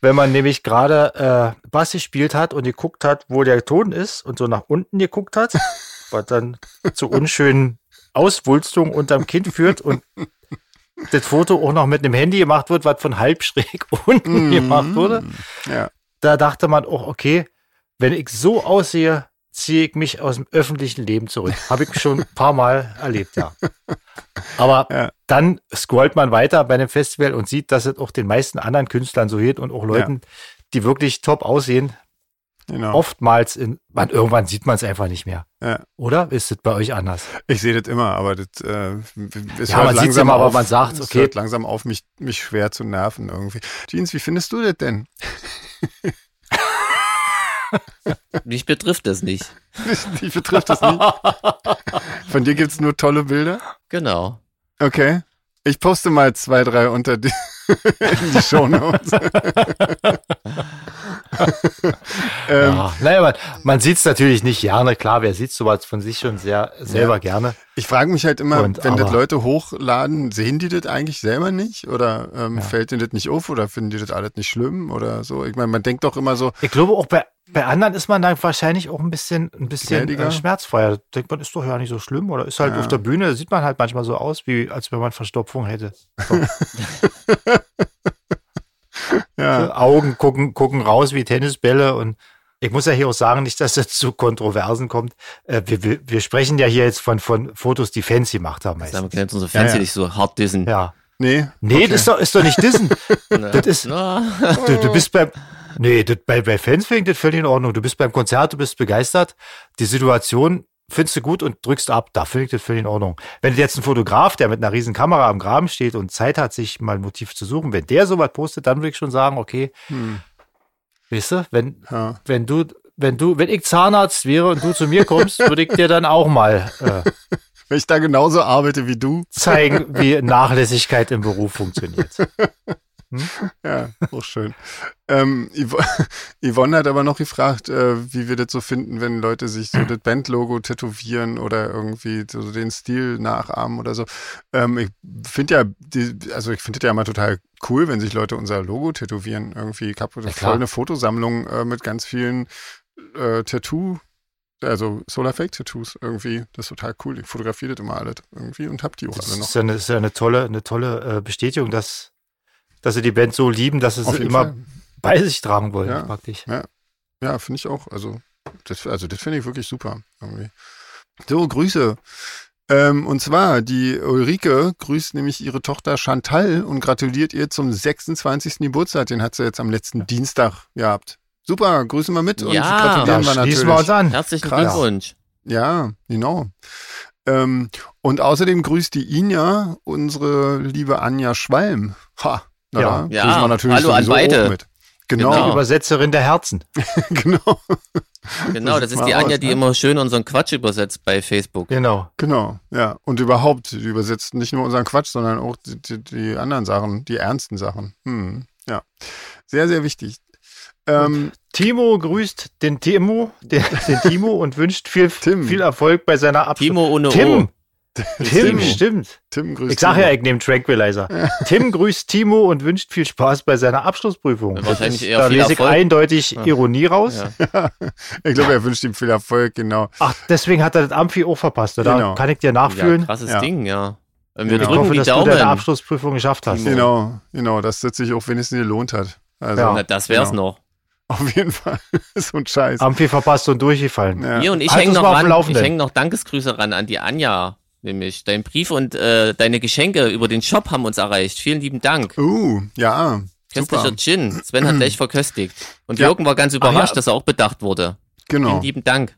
Speaker 1: Wenn man nämlich gerade äh, Bass gespielt hat und geguckt hat, wo der Ton ist und so nach unten geguckt hat, was dann zu unschönen Auswulstungen unterm Kind führt und das Foto auch noch mit einem Handy gemacht wird, was von halb schräg
Speaker 2: Mhm.
Speaker 1: unten gemacht wurde
Speaker 2: Ja.
Speaker 1: da dachte man auch, okay, wenn ich so aussehe, ziehe ich mich aus dem öffentlichen Leben zurück. Habe ich schon ein paar Mal erlebt, ja. Aber
Speaker 2: Ja.
Speaker 1: dann scrollt man weiter bei dem Festival und sieht, dass es auch den meisten anderen Künstlern so geht und auch Leuten, die wirklich top aussehen,
Speaker 2: Genau.
Speaker 1: oftmals in, man, irgendwann sieht man es einfach nicht mehr.
Speaker 2: Ja.
Speaker 1: Oder ist es bei euch anders?
Speaker 2: Ich sehe das immer, aber das äh, es
Speaker 1: Ja,
Speaker 2: hört
Speaker 1: man sieht's
Speaker 2: langsam
Speaker 1: immer, aber
Speaker 2: auf,
Speaker 1: man sagt,
Speaker 2: es
Speaker 1: okay.
Speaker 2: hört langsam auf, mich, mich schwer zu nerven irgendwie. Jeans, wie findest du das denn?
Speaker 3: Mich betrifft das nicht.
Speaker 2: Dich betrifft das nicht. Von dir gibt's nur tolle Bilder.
Speaker 3: Genau.
Speaker 2: Okay. Ich poste mal zwei, drei unter die, in die Shownotes. ähm,
Speaker 1: ja. Naja, man, man sieht es natürlich nicht gerne. Klar, wer sieht sowas von sich schon sehr selber
Speaker 2: Ja.
Speaker 1: gerne?
Speaker 2: Ich frage mich halt immer,
Speaker 1: Und
Speaker 2: wenn das
Speaker 1: aber-
Speaker 2: Leute hochladen, sehen die das eigentlich selber nicht? Oder ähm,
Speaker 1: Ja.
Speaker 2: fällt denen das nicht auf? Oder finden die das alles nicht schlimm? Oder so? Ich meine, man denkt doch immer so,
Speaker 1: Ich glaube, auch bei, bei anderen ist man dann wahrscheinlich auch ein bisschen, ein bisschen
Speaker 2: Gnädiger.
Speaker 1: äh, schmerzfreier. Denkt man, ist doch ja nicht so schlimm. Oder ist halt
Speaker 2: Ja.
Speaker 1: auf der Bühne, sieht man halt manchmal so aus, wie als wenn man Verstopfung hätte.
Speaker 2: ja,
Speaker 1: Augen gucken, gucken raus wie Tennisbälle. Und ich muss ja hier auch sagen, nicht, dass es zu Kontroversen kommt. Äh, wir, wir, wir sprechen ja hier jetzt von, von Fotos, die Fans gemacht haben.
Speaker 3: Sagen wir
Speaker 1: Meistens.
Speaker 3: können jetzt unsere Fans
Speaker 2: Ja, ja.
Speaker 3: hier nicht so hart dissen.
Speaker 1: Ja.
Speaker 2: nee.
Speaker 1: Nee, das ist doch, ist doch nicht Dissen.
Speaker 3: Na,
Speaker 1: das ist-
Speaker 3: na.
Speaker 1: Du, du bist beim. Nee, das, bei, bei Fans finde ich das völlig in Ordnung. Du bist beim Konzert, du bist begeistert. Die Situation findest du gut und drückst ab. Da finde ich das völlig in Ordnung. Wenn jetzt ein Fotograf, der mit einer riesen Kamera am Graben steht und Zeit hat, sich mal ein Motiv zu suchen, wenn der sowas postet, dann würde ich schon sagen, okay,
Speaker 2: Hm,
Speaker 1: weißt du, wenn,
Speaker 2: ja.
Speaker 1: wenn du, wenn du, wenn ich Zahnarzt wäre und du zu mir kommst, würde ich dir dann auch mal äh,
Speaker 2: Wenn ich da genauso arbeite wie du,
Speaker 1: zeigen, wie Nachlässigkeit im Beruf funktioniert.
Speaker 2: ja, auch schön. ähm, Yv- Yvonne hat aber noch gefragt, äh, wie wir das so finden, wenn Leute sich so das Bandlogo tätowieren oder irgendwie so den Stil nachahmen oder so. Ähm, ich finde ja, die, also ich finde das ja immer total cool, wenn sich Leute unser Logo tätowieren. Irgendwie, ich habe
Speaker 1: klar.
Speaker 2: voll eine Fotosammlung äh, mit ganz vielen äh, Tattoo, also Solar Fake Tattoos irgendwie. Das ist total cool. Ich fotografiere das immer alles irgendwie und hab die auch
Speaker 1: Das
Speaker 2: alle noch.
Speaker 1: ist ja eine, ist ja eine tolle, eine tolle äh, Bestätigung, dass, dass sie die Band so lieben, dass sie
Speaker 2: Auf
Speaker 1: sie
Speaker 2: jeden
Speaker 1: immer
Speaker 2: Fall.
Speaker 1: bei sich tragen wollen,
Speaker 2: Ja.
Speaker 1: praktisch.
Speaker 2: Ja, finde ich auch. Also, das, also das finde ich wirklich super. Irgendwie. So, Grüße. Ähm, und zwar, die Ulrike grüßt nämlich ihre Tochter Chantal und gratuliert ihr zum 26. Geburtstag. Den hat sie jetzt am letzten Dienstag gehabt. Super, grüßen wir mit und
Speaker 3: Ja.
Speaker 1: Da
Speaker 2: gratulieren wir natürlich.
Speaker 1: schließen wir uns an.
Speaker 3: Herzlichen
Speaker 2: Krass.
Speaker 3: Glückwunsch.
Speaker 2: Ja, genau. Ähm, und außerdem grüßt die Inja unsere liebe Anja Schwalm. Ha, na
Speaker 1: Ja.
Speaker 2: da
Speaker 3: Ja,
Speaker 2: grüßen wir natürlich
Speaker 3: hallo an
Speaker 2: sowieso
Speaker 3: beide.
Speaker 2: auch mit. Genau,
Speaker 1: Die Übersetzerin der Herzen.
Speaker 2: genau, genau.
Speaker 3: Genau, das
Speaker 2: sieht
Speaker 3: ist
Speaker 2: mal
Speaker 3: die Anja,
Speaker 2: aus,
Speaker 3: die
Speaker 2: ne?
Speaker 3: immer schön unseren Quatsch übersetzt bei Facebook.
Speaker 1: Genau.
Speaker 2: Genau, ja. Und überhaupt, die übersetzt nicht nur unseren Quatsch, sondern auch die, die, die anderen Sachen, die ernsten Sachen. Hm, ja. Sehr, sehr wichtig. Ähm,
Speaker 1: Timo grüßt den Timo, den, den Timo und wünscht viel,
Speaker 2: Tim.
Speaker 1: viel Erfolg bei seiner Abschluss.
Speaker 3: Timo ohne
Speaker 1: Tim,
Speaker 3: O.
Speaker 1: Tim,
Speaker 2: Timo.
Speaker 1: stimmt.
Speaker 2: Tim grüßt
Speaker 1: Ich sage
Speaker 2: Timo.
Speaker 1: ja, ich nehme Tranquilizer. Tim grüßt Timo und wünscht viel Spaß bei seiner Abschlussprüfung.
Speaker 3: Wahrscheinlich
Speaker 1: Das ist-
Speaker 3: eher
Speaker 1: da
Speaker 3: viel
Speaker 1: lese ich
Speaker 3: Erfolg.
Speaker 1: eindeutig
Speaker 3: Ja.
Speaker 1: Ironie raus.
Speaker 3: Ja.
Speaker 2: ich glaube, er wünscht ihm viel Erfolg, genau.
Speaker 1: Ach, deswegen hat er das Amphi auch verpasst. oder? Da
Speaker 2: Genau.
Speaker 1: kann ich dir
Speaker 3: ja,
Speaker 1: nachfühlen.
Speaker 3: krasses
Speaker 2: Ja.
Speaker 3: Ding, ja. Ähm, Wir
Speaker 2: Genau.
Speaker 1: ich
Speaker 3: drücken
Speaker 1: hoffe,
Speaker 3: die
Speaker 1: dass du deine
Speaker 3: Daumen.
Speaker 1: Abschlussprüfung geschafft hast.
Speaker 3: Timo.
Speaker 2: Genau, genau, dass das sich auch wenigstens gelohnt hat. Also
Speaker 1: Ja.
Speaker 3: Na, das wär's
Speaker 2: Genau.
Speaker 3: noch.
Speaker 2: auf jeden Fall. so ein Scheiß.
Speaker 1: Amphi verpasst und durchgefallen.
Speaker 2: Ja.
Speaker 3: Hier und ich
Speaker 1: Halt
Speaker 3: hänge
Speaker 1: uns
Speaker 3: noch
Speaker 1: mal auf dem
Speaker 3: ran. Ich
Speaker 1: Laufenden.
Speaker 3: hänge noch Dankesgrüße ran an die Anja, nämlich dein Brief und äh, deine Geschenke über den Shop haben uns erreicht. Vielen lieben Dank.
Speaker 2: Uh, ja. Super.
Speaker 3: Köstlicher Gin. Sven hat gleich verköstigt. Und
Speaker 2: Ja.
Speaker 3: Jürgen war ganz
Speaker 1: ja.
Speaker 3: überrascht, dass er auch bedacht wurde.
Speaker 2: Genau.
Speaker 3: Vielen lieben Dank.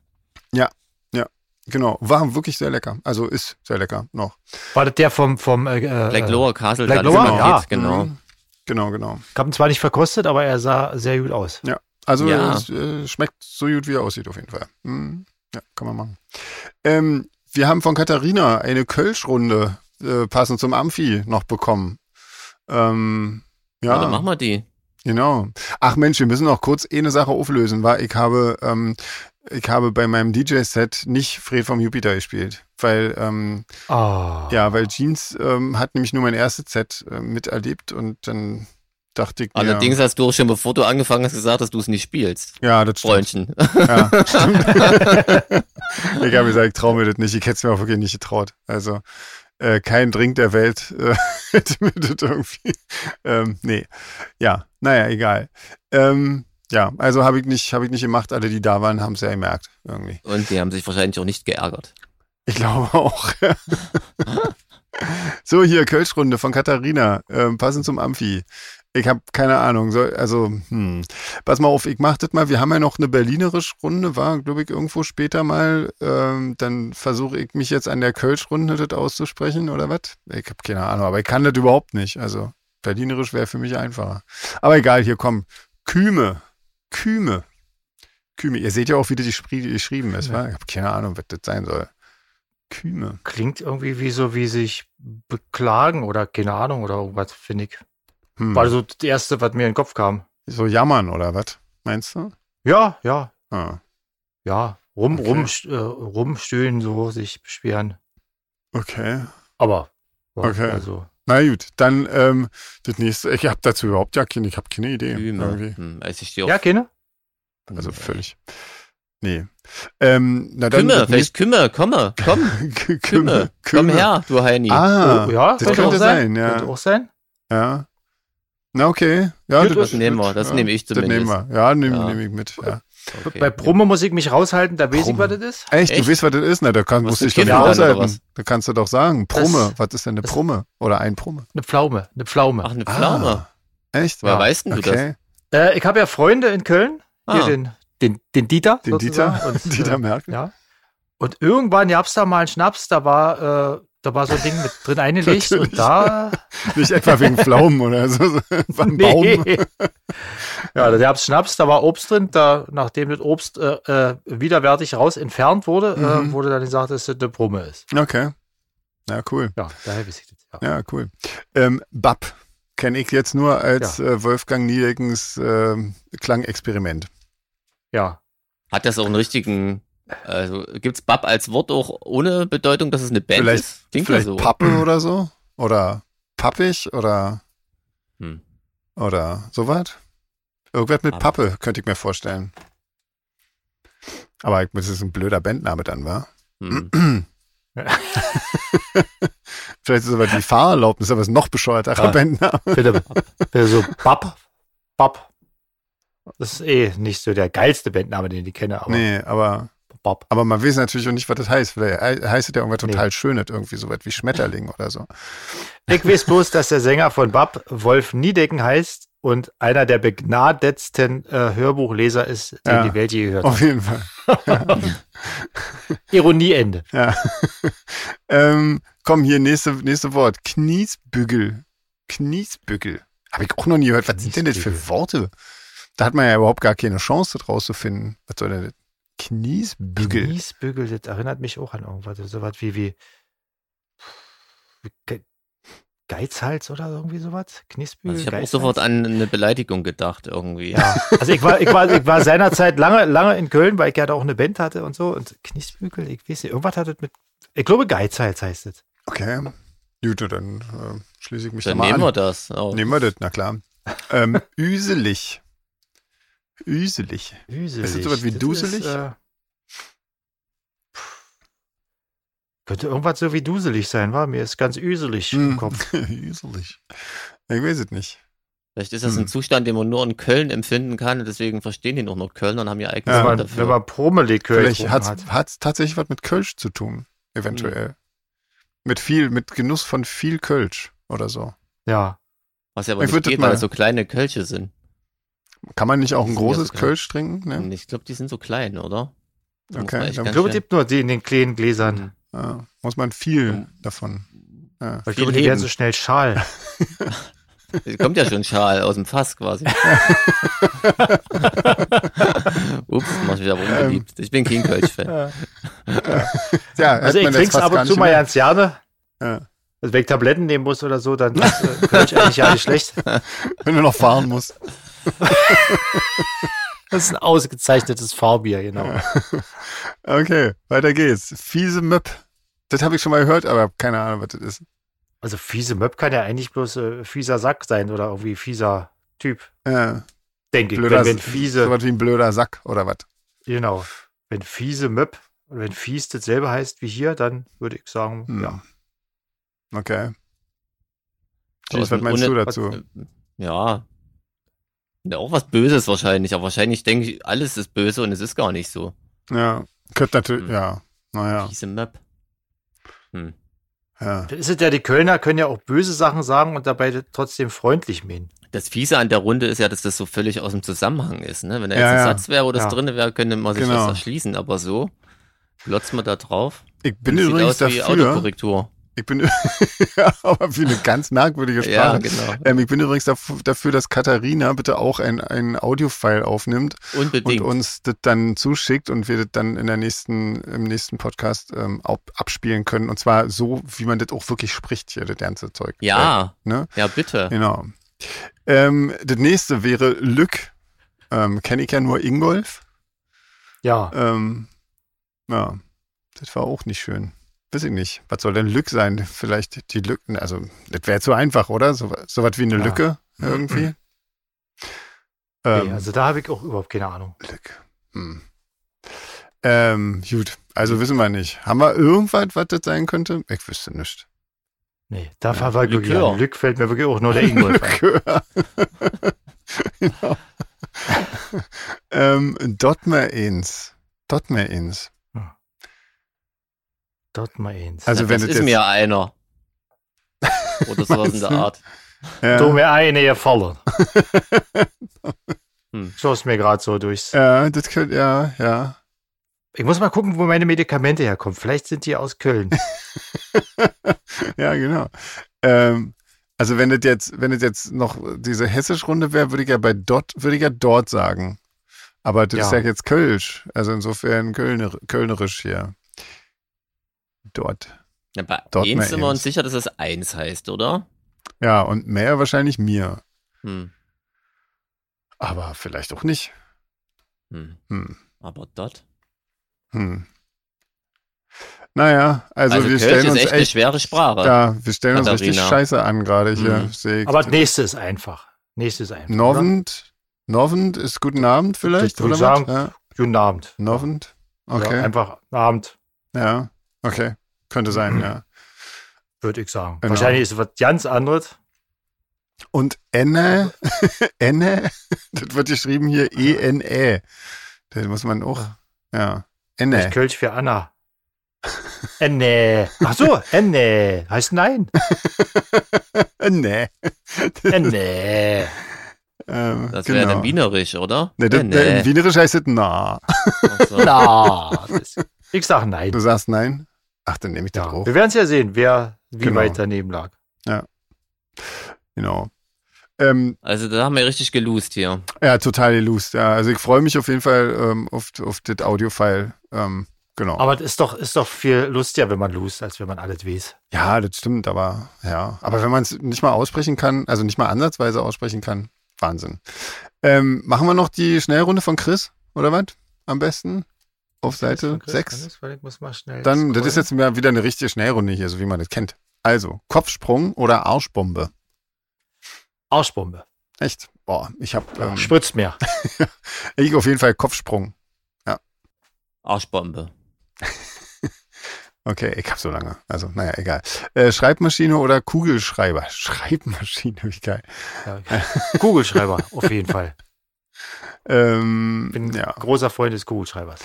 Speaker 2: Genau. War wirklich sehr lecker. Also ist sehr lecker noch.
Speaker 1: War das der vom, vom äh, äh,
Speaker 3: Black Lower Castle.
Speaker 1: Black
Speaker 3: da das
Speaker 1: Lower,
Speaker 3: Paket,
Speaker 1: ja.
Speaker 3: Genau.
Speaker 2: Mhm. Genau, genau.
Speaker 1: Ich habe ihn zwar nicht verkostet, aber er sah sehr gut aus.
Speaker 2: Also
Speaker 3: Ja.
Speaker 2: es, äh, schmeckt so gut, wie er aussieht, auf jeden Fall. Mhm. Ja, kann man machen. Ähm, wir haben von Katharina eine Kölsch-Runde äh, passend zum Amphi noch bekommen. Ähm, ja,
Speaker 3: dann machen wir die.
Speaker 2: Genau. Ach Mensch, wir müssen noch kurz eine Sache auflösen, war ich habe, ähm, ich habe bei meinem DJ-Set nicht Fred vom Jupiter gespielt, weil ähm,
Speaker 1: Ah.
Speaker 2: ja, weil Jeans ähm, hat nämlich nur mein erstes Set äh, miterlebt und dann dachte ich mir,
Speaker 3: Allerdings hast du auch schon, bevor du angefangen hast, gesagt, dass du es nicht spielst.
Speaker 2: ja, das stimmt.
Speaker 3: Freundchen.
Speaker 2: Ja, stimmt. ich habe gesagt, ich traue mir das nicht. Ich hätte es mir auch wirklich nicht getraut. Also äh, kein Drink der Welt äh, hätte mir das irgendwie. Ähm, nee. Ja, naja, egal. Ähm, ja, also habe ich nicht, habe ich nicht gemacht. Alle, die da waren, haben es ja gemerkt irgendwie.
Speaker 3: Und die haben sich wahrscheinlich auch nicht geärgert.
Speaker 2: Ich glaube auch. so, hier, Kölschrunde von Katharina, ähm, passend zum Amphi. Ich habe keine Ahnung. Soll, also, hm. pass mal auf, ich mach das mal. Wir haben ja noch eine berlinerische Runde, war, glaube ich, irgendwo später mal. Ähm, dann versuche ich mich jetzt an der Kölschrunde das auszusprechen oder was? Ich habe keine Ahnung, aber ich kann das überhaupt nicht. Also, berlinerisch wäre für mich einfacher. Aber egal, hier komm. Küme. Küme. Küme. Ihr seht ja auch, wie das gespr- geschrieben ist, wa? Ich habe keine Ahnung, was das sein soll. Küme.
Speaker 1: Klingt irgendwie wie so, wie sich beklagen oder keine Ahnung oder irgendwas, finde ich.
Speaker 2: Hm.
Speaker 1: War so das Erste, was mir in den Kopf kam.
Speaker 2: So jammern oder was? Meinst du?
Speaker 1: Ja, ja,
Speaker 2: Ah,
Speaker 1: ja. Rum,
Speaker 2: Okay.
Speaker 1: rum, äh, rumstöhnen, so sich beschweren.
Speaker 2: okay.
Speaker 1: Aber, ja,
Speaker 2: Okay.
Speaker 1: also,
Speaker 2: Na gut, dann ähm, das nächste. Ich habe dazu überhaupt ja keine, ich habe keine Idee.
Speaker 3: Üme.
Speaker 2: Irgendwie.
Speaker 3: Hm, also ich stehe
Speaker 1: ja,
Speaker 3: auf
Speaker 1: keine?
Speaker 3: Hm.
Speaker 2: Also völlig. Nee. Ähm, na dann
Speaker 3: Kümme,
Speaker 2: das
Speaker 3: vielleicht Kümme, komme, komm,
Speaker 2: nächste-
Speaker 3: Kümme, komm her, du Heini.
Speaker 2: Ah,
Speaker 1: Oh, ja,
Speaker 2: das könnte sein, ja.
Speaker 1: Könnte auch sein.
Speaker 2: ja. Na okay. Ja,
Speaker 1: Gut,
Speaker 3: das nehmen wir, das
Speaker 2: ja,
Speaker 3: nehme ich
Speaker 2: Das nehmen
Speaker 3: zumindest.
Speaker 2: wir. Ja, nehm,
Speaker 3: Ja.
Speaker 2: nehm ich mit. Ja.
Speaker 3: Okay.
Speaker 1: Bei Promo muss ich mich raushalten, da weiß ich,
Speaker 2: Promo.
Speaker 1: was das ist.
Speaker 2: Echt, du
Speaker 3: Echt?
Speaker 2: weißt, was das ist? Na, da kann,
Speaker 3: Was
Speaker 2: musst du
Speaker 3: mit
Speaker 2: dich doch nicht
Speaker 3: Kindern oder
Speaker 2: aushalten.
Speaker 3: was?
Speaker 2: Da kannst du doch sagen, Brumme. Was ist denn eine
Speaker 1: das-
Speaker 2: Brumme? Oder ein Brumme?
Speaker 1: Eine Pflaume, eine Pflaume.
Speaker 3: Ach, eine Pflaume.
Speaker 2: Ah, echt?
Speaker 3: Woher weißt denn du das?
Speaker 2: okay.
Speaker 1: Äh, ich habe ja Freunde in Köln, hier
Speaker 3: Ah.
Speaker 1: den, den, den Dieter.
Speaker 2: Den
Speaker 1: sozusagen.
Speaker 2: Dieter,
Speaker 1: Und,
Speaker 2: Dieter
Speaker 1: äh,
Speaker 2: Merkel.
Speaker 1: ja. Und irgendwann gab es da mal einen Schnaps, da war, äh, da war so ein Ding mit drin eingelegt
Speaker 2: Natürlich.
Speaker 1: und da.
Speaker 2: Nicht etwa wegen Pflaumen oder so, so war ein Baum.
Speaker 1: Ja, da gab es Schnaps, da war Obst drin, da, nachdem das Obst äh, äh, widerwärtig raus entfernt wurde,
Speaker 2: Mhm.
Speaker 1: äh, wurde dann gesagt, dass das eine Brumme ist.
Speaker 2: Okay. Ja, cool.
Speaker 1: Ja, daher weiß ich das. Ja.
Speaker 2: Ja, cool. Ähm, Bab kenne ich jetzt nur als äh, Wolfgang Niedeckens ähm, Klangexperiment.
Speaker 1: ja.
Speaker 3: Hat das auch einen richtigen, also gibt's Bab als Wort auch ohne Bedeutung, dass es eine Band
Speaker 2: Vielleicht-
Speaker 3: ist? Klingt
Speaker 2: Vielleicht
Speaker 3: ja so.
Speaker 2: Pappe oder so? Oder pappig oder,
Speaker 3: Hm.
Speaker 2: oder sowas? Irgendwas mit
Speaker 3: Pappe.
Speaker 2: Pappe könnte ich mir vorstellen. Aber ich- das ist ein blöder Bandname dann, wa?
Speaker 3: Hm.
Speaker 2: Vielleicht ist es aber die Fahrerlaubnis, aber es ist ein noch bescheuerterer
Speaker 1: Ja.
Speaker 2: Bandname.
Speaker 1: Bitte, bitte so Bab, Bab. Das ist eh nicht so der geilste Bandname, den ich kenne, aber
Speaker 2: Nee, aber
Speaker 1: Bab.
Speaker 2: Aber man weiß natürlich auch nicht, was das heißt. Vielleicht he- heißt es ja irgendwas
Speaker 1: Nee.
Speaker 2: total Schönes, irgendwie so was wie Schmetterling oder so.
Speaker 1: Ich weiß bloß, dass der Sänger von Bab Wolf Niedecken heißt und einer der begnadetsten äh, Hörbuchleser ist, den
Speaker 2: Ja. Oh.
Speaker 1: die Welt je gehört hat.
Speaker 2: Auf jeden Fall.
Speaker 1: Ironieende.
Speaker 2: Ja. ähm, komm, hier, nächste, nächste Wort. Kniesbügel. Kniesbügel. Habe ich auch noch nie gehört. Was sind denn das für
Speaker 1: Kniesbügel.
Speaker 2: Worte? Da hat man ja überhaupt gar keine Chance, das rauszufinden. Was soll denn das? Kniesbügel.
Speaker 1: Niesbügel, das erinnert mich auch an irgendwas. Sowas wie, wie, wie Ge Geizhals oder irgendwie sowas. Kniesbügel.
Speaker 3: Also ich habe auch
Speaker 1: Geizhals?
Speaker 3: sofort an eine Beleidigung gedacht irgendwie.
Speaker 1: Ja, also ich war, ich war, ich war seinerzeit lange, lange in Köln, weil ich ja da auch eine Band hatte und so. Und Kniesbügel, ich weiß nicht, irgendwas hat das mit. Ich glaube, Geizhals heißt es.
Speaker 2: Okay. Gut, na dann äh, schließe ich mich da
Speaker 3: Dann
Speaker 2: mal
Speaker 3: nehmen
Speaker 2: an.
Speaker 3: wir das. Oh.
Speaker 2: Nehmen wir das, na klar. ähm, üselig. Üselig.
Speaker 1: Üselig.
Speaker 2: sowas wie
Speaker 1: Das
Speaker 2: duselig?
Speaker 1: äh, pff. könnte irgendwas so wie duselig sein, war mir ist ganz üselig im
Speaker 2: Hm.
Speaker 1: Kopf.
Speaker 2: Üselig. Ich weiß es nicht.
Speaker 3: Vielleicht ist das
Speaker 2: Hm.
Speaker 3: ein Zustand, den man nur in Köln empfinden kann und deswegen verstehen den auch nur Kölner und haben ihr eigenes
Speaker 2: Ja,
Speaker 1: Wenn
Speaker 3: Wort
Speaker 1: man,
Speaker 3: dafür.
Speaker 1: wenn man Promelikör
Speaker 2: Vielleicht
Speaker 1: getrunken
Speaker 2: hat's,
Speaker 1: hat.
Speaker 2: hat's tatsächlich was mit Kölsch zu tun, eventuell. Mit viel, mit Genuss von viel Kölsch oder so.
Speaker 1: Ja.
Speaker 3: Was ja aber
Speaker 2: Ich
Speaker 3: nicht
Speaker 2: würd
Speaker 3: geht,
Speaker 2: das mal-
Speaker 3: weil das so kleine Kölche sind.
Speaker 2: Kann man nicht auch ein
Speaker 3: Ja,
Speaker 2: großes
Speaker 3: so kann-
Speaker 2: Kölsch trinken?
Speaker 1: Mhm.
Speaker 2: Ne?
Speaker 3: Ich glaube, die sind so klein, oder? Da muss
Speaker 2: Okay,
Speaker 3: man echt
Speaker 2: dann
Speaker 1: Ich
Speaker 3: ganz
Speaker 1: glaube, es
Speaker 3: schön-
Speaker 1: gibt nur die in den kleinen Gläsern.
Speaker 3: Hm.
Speaker 2: Ah, muss man viel
Speaker 3: Ja.
Speaker 2: davon. Ja.
Speaker 1: Weil ich
Speaker 3: Viel
Speaker 1: glaube, die
Speaker 3: heben.
Speaker 1: werden so schnell schal. Also
Speaker 3: Es kommt ja schon Schal aus dem Fass quasi. Ups, mach ich wieder
Speaker 2: Ähm,
Speaker 3: unbeliebt. Ich bin kein Kölsch-Fan.
Speaker 2: Ja,
Speaker 1: Also
Speaker 2: hört
Speaker 1: ich
Speaker 2: man jetzt
Speaker 1: trinke es
Speaker 2: fast
Speaker 1: ab
Speaker 2: gar
Speaker 1: und zu
Speaker 2: nicht
Speaker 1: mal
Speaker 2: mehr.
Speaker 1: ganz gerne.
Speaker 2: Ja.
Speaker 1: Also wenn ich Tabletten nehmen muss oder so, dann ist äh, Kölsch eigentlich ja nicht schlecht.
Speaker 2: Wenn du noch fahren musst.
Speaker 1: Das ist ein ausgezeichnetes Fahrbier, genau.
Speaker 2: Okay, weiter geht's. Fiese Möp. Das habe ich schon mal gehört, aber hab keine Ahnung, was das ist.
Speaker 1: Also fiese Möb kann ja eigentlich bloß äh, fieser Sack sein oder irgendwie fieser Typ,
Speaker 2: Ja,
Speaker 1: denke ich.
Speaker 2: blöder,
Speaker 1: Wenn, wenn fiese,
Speaker 2: sowas wie ein blöder Sack oder was.
Speaker 1: genau, wenn fiese Möb oder wenn fies dasselbe heißt wie hier, dann würde ich sagen,
Speaker 2: Hm.
Speaker 1: ja.
Speaker 2: Okay. Jeez,
Speaker 3: Aber so
Speaker 2: was
Speaker 3: ein
Speaker 2: meinst du
Speaker 3: ohne-
Speaker 2: dazu?
Speaker 3: Ja. Ja, auch was Böses wahrscheinlich, aber wahrscheinlich denke ich, alles ist böse und es ist gar nicht so.
Speaker 2: Ja, könnte natürlich,
Speaker 3: Hm.
Speaker 2: ja, naja.
Speaker 3: Diese Map. Hm.
Speaker 2: Ja.
Speaker 1: Das ist es ja, die Kölner können ja auch böse Sachen sagen und dabei trotzdem freundlich meinen.
Speaker 3: Das Fiese an der Runde ist ja, dass das so völlig aus dem Zusammenhang ist. Ne? Wenn da jetzt
Speaker 2: Ja,
Speaker 3: ein
Speaker 2: ja.
Speaker 3: Satz wäre, wo das
Speaker 1: Ja.
Speaker 3: drinne wäre, könnte man sich
Speaker 2: Genau.
Speaker 3: das erschließen, aber so glotzt man da drauf.
Speaker 2: Ich bin
Speaker 3: Sieht
Speaker 2: übrigens
Speaker 3: aus wie
Speaker 2: dafür.
Speaker 3: Autokorrektur.
Speaker 2: Ich bin ja, aber wie eine ganz merkwürdige Sprache.
Speaker 3: Ja, genau.
Speaker 2: ähm, ich bin übrigens daf- dafür, dass Katharina bitte auch ein, ein Audio-File aufnimmt
Speaker 3: genau. Unbedingt.
Speaker 2: und uns das dann zuschickt und wir das dann in der nächsten, im nächsten Podcast ähm, ab, abspielen können. Und zwar so, wie man das auch wirklich spricht hier, das ganze Zeug.
Speaker 3: ja,
Speaker 2: Äh, ne?
Speaker 3: ja, bitte.
Speaker 2: Genau. Ähm, das nächste wäre Lück. Ähm, Kenne ich ja nur Ingolf.
Speaker 1: Ja,
Speaker 2: Ähm, ja, das war auch nicht schön. Weiß ich nicht. Was soll denn Lück sein? Vielleicht die Lücken, also das wäre zu einfach, oder? So, so was wie eine
Speaker 1: Ja. Mhm.
Speaker 2: Lücke irgendwie.
Speaker 1: nee,
Speaker 2: ähm,
Speaker 1: also da habe ich auch überhaupt keine Ahnung.
Speaker 2: Lück. Hm. Ähm, gut, also wissen wir nicht. Haben wir irgendwas, was das sein könnte? Ich wüsste nicht.
Speaker 1: Nee, da war war wirklich,
Speaker 3: Likör.
Speaker 1: Lück fällt mir wirklich auch nur der Ingolf ein.
Speaker 2: Likör. genau. ähm, Dotmer-Ins. Dotmer-Ins.
Speaker 1: Dort mal eins.
Speaker 2: Also
Speaker 3: Na,
Speaker 2: wenn
Speaker 3: das
Speaker 2: das
Speaker 3: ist
Speaker 2: jetzt-
Speaker 3: mir einer. Oder sowas in
Speaker 2: Meinst du?
Speaker 3: der Art.
Speaker 2: Ja.
Speaker 1: Du mir eine gefallen.
Speaker 3: Hm.
Speaker 1: Schoss mir gerade so durchs.
Speaker 2: Ja, das könnte, ja, ja.
Speaker 1: Ich muss mal gucken, wo meine Medikamente herkommen. Vielleicht sind die aus Köln.
Speaker 2: ja, genau. Ähm, also wenn das jetzt, wenn das jetzt noch diese Hessisch-Runde wäre, würde ich ja bei dort, würde ich ja dort sagen. Aber das
Speaker 1: Ja.
Speaker 2: ist ja jetzt Kölsch. Also insofern Kölner, Kölnerisch hier. Dort.
Speaker 3: Na, bei
Speaker 2: Dort mal
Speaker 3: eins sind wir
Speaker 2: eins.
Speaker 3: uns sicher, dass es eins heißt, oder?
Speaker 2: Ja, und mehr wahrscheinlich mir.
Speaker 3: Hm.
Speaker 2: Aber vielleicht auch nicht.
Speaker 3: Hm.
Speaker 2: Hm.
Speaker 3: Aber dort.
Speaker 2: Hm. Naja, also,
Speaker 3: Also,
Speaker 2: wir
Speaker 3: Kölsch
Speaker 2: stellen
Speaker 3: ist
Speaker 2: uns
Speaker 3: echt eine
Speaker 2: echt,
Speaker 3: schwere Sprache.
Speaker 2: ja, wir stellen uns richtig
Speaker 3: Katharina.
Speaker 2: scheiße an gerade hier.
Speaker 3: Mhm.
Speaker 2: Sehe ich.
Speaker 1: Aber das nächste ist einfach. Nächste ist einfach. oder?
Speaker 2: Novend, Novend ist guten Abend vielleicht,
Speaker 1: Das würde
Speaker 2: oder
Speaker 1: ich
Speaker 2: was?
Speaker 1: sagen.
Speaker 2: Ja,
Speaker 1: Guten Abend.
Speaker 2: Novend,
Speaker 1: Ja,
Speaker 2: okay.
Speaker 1: einfach Abend,
Speaker 2: Ja, okay, könnte sein, ja.
Speaker 1: würde ich sagen.
Speaker 2: Genau.
Speaker 1: Wahrscheinlich ist es was ganz anderes.
Speaker 2: Und E? Enne, Enne, das wird geschrieben hier E E-N-E. Das muss man auch, ja, E.
Speaker 1: Nee.
Speaker 2: Enne.
Speaker 1: Kölsch für Anna. Enne. Ach so, Enne. Heißt nein.
Speaker 2: Enne.
Speaker 1: Enne.
Speaker 2: Ähm,
Speaker 3: Das wäre
Speaker 2: genau.
Speaker 3: dann wienerisch, oder?
Speaker 2: Nee, das,
Speaker 3: Äh,
Speaker 2: nee. Genau. In Wienerisch heißt es na.
Speaker 3: Ach so.
Speaker 1: Na. das- Ich sag nein.
Speaker 2: Du sagst nein? Ach, dann nehme ich das
Speaker 1: Ja.
Speaker 2: auch.
Speaker 1: Wir werden es ja sehen, wer wie
Speaker 2: Genau.
Speaker 1: weit daneben lag.
Speaker 2: Genau. Ähm,
Speaker 3: Also da haben wir richtig gelost hier.
Speaker 2: ja, total gelust. Ja, also ich freue mich auf jeden Fall ähm, auf, auf das Audio-File. Ähm, genau.
Speaker 1: Aber das ist doch, ist doch viel lustiger, wenn man lost, als wenn man alles weiß.
Speaker 2: Ja, das stimmt, aber ja. Aber wenn man es nicht mal aussprechen kann, also nicht mal ansatzweise aussprechen kann, Wahnsinn. Ähm, machen wir noch die Schnellrunde von Chris, oder was? Am besten? Auf Seite 6.
Speaker 1: Ich muss mal schnell
Speaker 2: Dann, das ist jetzt mal wieder eine richtige Schnellrunde hier, so wie man das kennt. Also, Kopfsprung oder Arschbombe.
Speaker 1: Arschbombe.
Speaker 2: Echt? Boah, ich hab, ähm,
Speaker 1: Spritzt mehr.
Speaker 2: ich auf jeden Fall Kopfsprung.
Speaker 3: Arschbombe.
Speaker 2: Okay, ich hab so lange. Also, naja, egal. Äh, Schreibmaschine oder Kugelschreiber? Schreibmaschine, wie geil.
Speaker 1: Ja. Kugelschreiber, auf jeden Fall.
Speaker 2: Ähm,
Speaker 1: Ich bin
Speaker 2: ja.
Speaker 1: großer Freund des Kugelschreibers.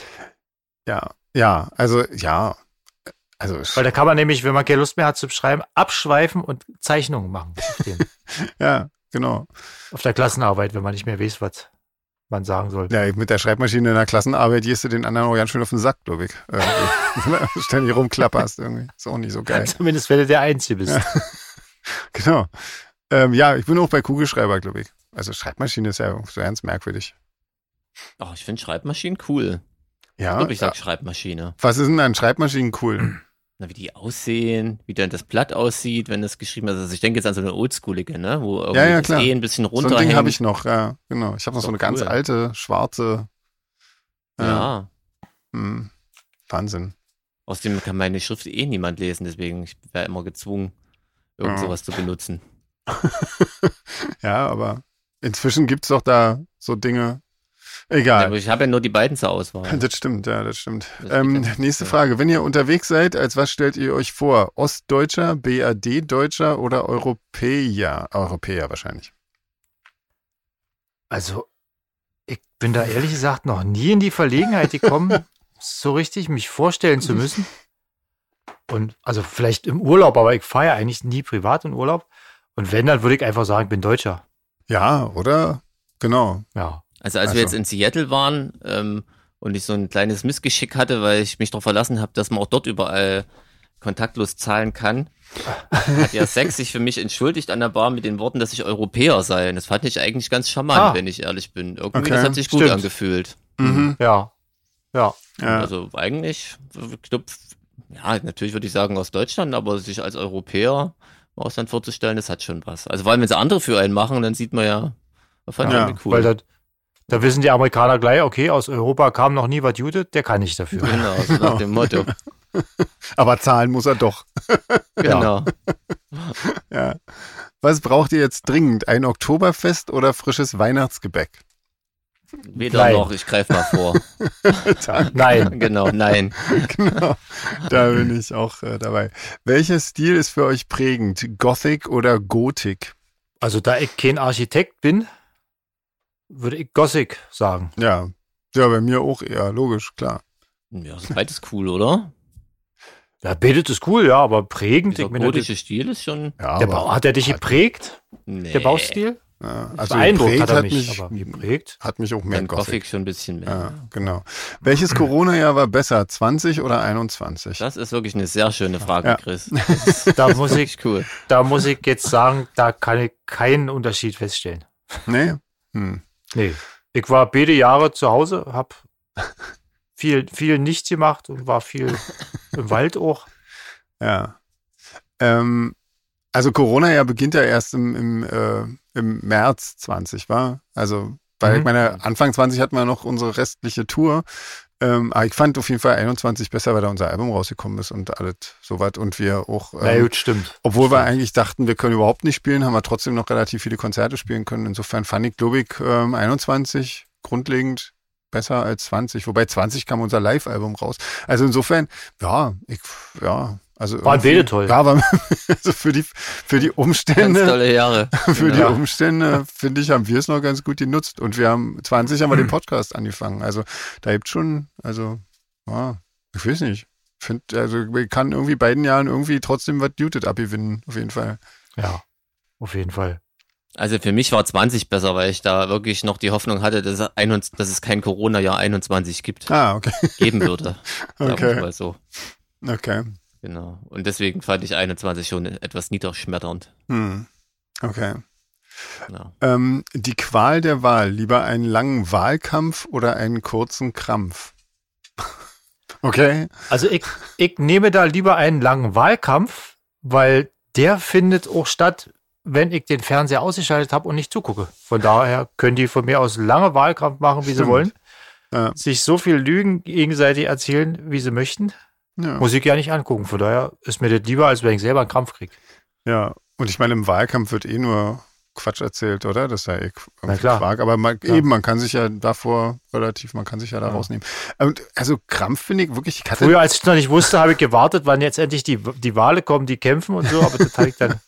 Speaker 2: Ja, ja, also ja, also sch-
Speaker 1: Weil da kann man nämlich, wenn man keine Lust mehr hat zu schreiben, abschweifen und Zeichnungen machen. Auf, den,
Speaker 2: ja, genau.
Speaker 1: auf der Klassenarbeit, wenn man nicht mehr weiß, was man sagen soll.
Speaker 2: Ja, mit der Schreibmaschine in der Klassenarbeit gehst du den anderen auch ganz schön auf den Sack, glaube ich. Irgendwie. Ständig rumklapperst irgendwie. Ist auch nicht so geil.
Speaker 1: Zumindest, wenn du der Einzige bist.
Speaker 2: Genau. Ähm, ja, ich bin auch bei Kugelschreiber, glaube ich. Also Schreibmaschine ist ja so ganz merkwürdig.
Speaker 3: Ach, Oh, ich finde Schreibmaschinen cool. Ich
Speaker 2: Ah, Ja. äh,
Speaker 3: glaube, ich sag Schreibmaschine.
Speaker 2: Was ist denn an Schreibmaschinen cool?
Speaker 3: Na, wie die aussehen, wie dann das Blatt aussieht, wenn das geschrieben ist. Also ich denke jetzt an so eine oldschoolige, ne? Wo irgendwie
Speaker 2: Ja, ja,
Speaker 3: das
Speaker 2: klar.
Speaker 3: E ein bisschen
Speaker 2: So ein Ding
Speaker 3: runterhängt.
Speaker 2: habe ich noch, ja, genau. Ich habe noch so
Speaker 3: Doch
Speaker 2: eine ganz
Speaker 3: cool.
Speaker 2: alte, schwarze. äh,
Speaker 3: ja.
Speaker 2: hm, Wahnsinn.
Speaker 3: Außerdem kann meine Schrift eh niemand lesen, deswegen ich wäre immer gezwungen, irgend
Speaker 2: Ja.
Speaker 3: sowas zu benutzen.
Speaker 2: Ja, aber inzwischen gibt es doch da so Dinge.
Speaker 3: Ja,
Speaker 2: Egal.
Speaker 3: aber ich habe ja nur die beiden zur Auswahl.
Speaker 2: Das stimmt, ja, das stimmt.
Speaker 3: Das
Speaker 2: ähm,
Speaker 3: geht ja.
Speaker 2: nächste Frage. Wenn ihr unterwegs seid, als was stellt ihr euch vor? Ostdeutscher, BAD-Deutscher oder Europäer? Europäer wahrscheinlich.
Speaker 1: Also, ich bin da ehrlich gesagt noch nie in die Verlegenheit gekommen, so richtig mich vorstellen zu müssen. Und also vielleicht im Urlaub, aber ich fahre ja eigentlich nie privat in Urlaub. Und wenn, dann würde ich einfach sagen, ich bin Deutscher.
Speaker 2: Ja, oder? Genau.
Speaker 1: Ja.
Speaker 3: Also als
Speaker 2: Also.
Speaker 3: wir jetzt in Seattle waren ähm, und ich so ein kleines Missgeschick hatte, weil ich mich darauf verlassen habe, dass man auch dort überall kontaktlos zahlen kann, hat ja Sex sich für mich entschuldigt an der Bar mit den Worten, dass ich Europäer sei. Und das fand ich eigentlich ganz charmant,
Speaker 1: Ah.
Speaker 3: wenn ich ehrlich bin. Irgendwie,
Speaker 2: Okay,
Speaker 3: das hat sich gut
Speaker 1: stimmt.
Speaker 3: angefühlt.
Speaker 2: Mhm.
Speaker 1: Ja. Ja.
Speaker 2: Ja.
Speaker 3: Also eigentlich, glaub, ja, natürlich würde ich sagen aus Deutschland, aber sich als Europäer im Ausland vorzustellen, das hat schon was. Also vor allem, wenn es andere für einen machen, dann sieht man ja, das fand
Speaker 2: Ja,
Speaker 3: ich irgendwie cool.
Speaker 1: Weil da, da wissen die Amerikaner gleich, okay, aus Europa kam noch nie was Judith, der kann nicht dafür.
Speaker 3: genau, so nach dem Motto.
Speaker 2: Aber zahlen muss er doch.
Speaker 3: Genau.
Speaker 2: Ja. Was braucht ihr jetzt dringend? Ein Oktoberfest oder frisches Weihnachtsgebäck?
Speaker 3: Weder
Speaker 1: Nein.
Speaker 3: noch, ich greife mal vor.
Speaker 1: Nein.
Speaker 3: genau, nein.
Speaker 2: genau. Da bin ich auch äh, dabei. Welcher Stil ist für euch prägend? Gothic oder Gotik?
Speaker 1: Also da ich kein Architekt bin, würde ich Gothic sagen.
Speaker 2: Ja. Ja, bei mir auch eher, logisch, klar.
Speaker 3: Ja, das ist beides cool, oder?
Speaker 1: Ja, Bildet ist cool, ja, aber prägend.
Speaker 3: Dieser
Speaker 1: Ich meine,
Speaker 3: gotische Stil ist schon.
Speaker 2: Ja,
Speaker 1: der Bau, hat er dich geprägt,
Speaker 3: Nee.
Speaker 1: der Baustil?
Speaker 2: ja,
Speaker 1: Also
Speaker 2: also
Speaker 1: beeindruckt
Speaker 2: geprägt
Speaker 1: hat er
Speaker 2: hat
Speaker 1: mich,
Speaker 2: mich,
Speaker 1: aber geprägt.
Speaker 2: hat mich auch mehr
Speaker 3: Mein
Speaker 2: Gothic.
Speaker 3: Gothic schon ein bisschen mehr.
Speaker 2: Ja, genau. Welches Corona-Jahr war besser, 20 oder 21?
Speaker 3: Das ist wirklich eine sehr schöne Frage,
Speaker 2: Ja.
Speaker 3: Chris.
Speaker 1: Da muss ich,
Speaker 3: Wirklich cool.
Speaker 1: da muss ich jetzt sagen, da kann ich keinen Unterschied feststellen.
Speaker 2: Nee? Hm.
Speaker 1: Nee. Ich war beide Jahre zu Hause, hab viel, viel nicht gemacht und war viel im Wald auch.
Speaker 2: Ja. Ähm, also Corona ja beginnt ja erst im, im, äh, im März 20, war? Also, weil
Speaker 1: Mhm.
Speaker 2: ich meine, Anfang 20 hatten wir noch unsere restliche Tour. Ähm, aber ich fand auf jeden Fall 21 besser, weil da unser Album rausgekommen ist und alles sowas. Und wir auch,
Speaker 1: Na
Speaker 2: ähm,
Speaker 1: gut, stimmt.
Speaker 2: obwohl wir
Speaker 1: stimmt.
Speaker 2: eigentlich dachten, wir können überhaupt nicht spielen, haben wir trotzdem noch relativ viele Konzerte spielen können. Insofern fand ich, glaube ich, ähm, 21 grundlegend besser als 20. Wobei 20 kam unser Live-Album raus. Also insofern, ja, ich, ja. Also
Speaker 1: Waren
Speaker 2: irgendwie-
Speaker 1: beide toll.
Speaker 2: ja, aber also für die, für die
Speaker 3: Ganz
Speaker 2: Umstände,
Speaker 3: tolle Jahre. Genau.
Speaker 2: für die
Speaker 1: Ja.
Speaker 2: Umstände, finde ich, haben wir es noch ganz gut genutzt. Und wir haben, 20 haben wir den Podcast angefangen. Also da gibt schon, also, ja, ich weiß nicht. Ich Find, also man kann irgendwie beiden Jahren irgendwie trotzdem was Duted abgewinnen, auf jeden Fall.
Speaker 1: Ja, auf jeden Fall.
Speaker 3: Also für mich war 20 besser, weil ich da wirklich noch die Hoffnung hatte, dass, es 21 dass es kein Corona-Jahr 21 gibt,
Speaker 2: Ah, okay.
Speaker 3: geben würde. Sagen wir
Speaker 2: Okay.
Speaker 3: mal so.
Speaker 2: Okay.
Speaker 3: Genau. Und deswegen fand ich 21 schon etwas niederschmetternd.
Speaker 2: Hm. Okay.
Speaker 3: Ja.
Speaker 2: Ähm, die Qual der Wahl, lieber einen langen Wahlkampf oder einen kurzen Krampf? okay.
Speaker 1: Also ich, ich nehme da lieber einen langen Wahlkampf, weil der findet auch statt, wenn ich den Fernseher ausgeschaltet habe und nicht zugucke. Von daher können die von mir aus lange Wahlkampf machen, wie sie
Speaker 2: Stimmt.
Speaker 1: wollen.
Speaker 2: Ja.
Speaker 1: Sich so viel Lügen gegenseitig erzählen, wie sie möchten.
Speaker 2: Ja.
Speaker 1: Muss ich ja nicht angucken. Von daher ist mir das lieber, als wenn ich selber einen Krampf kriege.
Speaker 2: Ja, und ich meine, im Wahlkampf wird eh nur Quatsch erzählt, oder? Das ist ja eh Qu- irgendwie
Speaker 1: klar.
Speaker 2: Quark. Aber man,
Speaker 1: Ja.
Speaker 2: eben, man kann sich ja davor relativ, man kann sich ja da rausnehmen. Und also Krampf finde ich wirklich, ich hatte,
Speaker 1: Früher, als ich noch nicht wusste, habe ich gewartet, wann jetzt endlich die, die Wale kommen, die kämpfen und so. Aber das habe ich dann,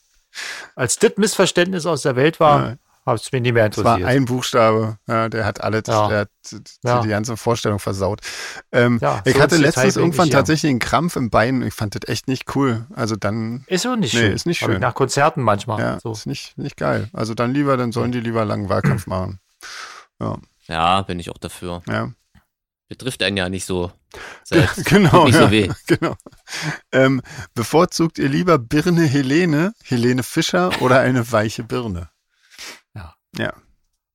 Speaker 1: als das Missverständnis aus der Welt war,
Speaker 2: Ja.
Speaker 1: habe es mich nicht mehr
Speaker 2: es war
Speaker 1: interessiert.
Speaker 2: ein Buchstabe, ja, der hat alles,
Speaker 1: Ja.
Speaker 2: der hat die,
Speaker 1: Ja.
Speaker 2: die ganze Vorstellung versaut. Ähm,
Speaker 1: Ja,
Speaker 2: ich
Speaker 1: so
Speaker 2: hatte
Speaker 1: ins Detail
Speaker 2: letztens
Speaker 1: bin ich,
Speaker 2: irgendwann
Speaker 1: ja.
Speaker 2: tatsächlich einen Krampf im Bein und ich fand das echt nicht cool. Also dann,
Speaker 1: Ist auch nicht
Speaker 2: Nee,
Speaker 1: schön.
Speaker 2: ist nicht
Speaker 1: Hab
Speaker 2: schön.
Speaker 1: Ich nach Konzerten manchmal.
Speaker 2: ja,
Speaker 1: so.
Speaker 2: ist nicht, nicht geil. Also dann lieber, dann sollen die lieber einen langen Wahlkampf machen.
Speaker 3: ja, bin ich auch dafür.
Speaker 2: Ja,
Speaker 3: Betrifft einen ja nicht so selbst.
Speaker 2: genau.
Speaker 3: Tut
Speaker 1: Oh
Speaker 3: nicht
Speaker 2: ja.
Speaker 3: so weh.
Speaker 2: Genau. Ähm, bevorzugt ihr lieber Birne Helene, Helene Fischer oder eine weiche Birne?
Speaker 1: Ja.
Speaker 2: Ja.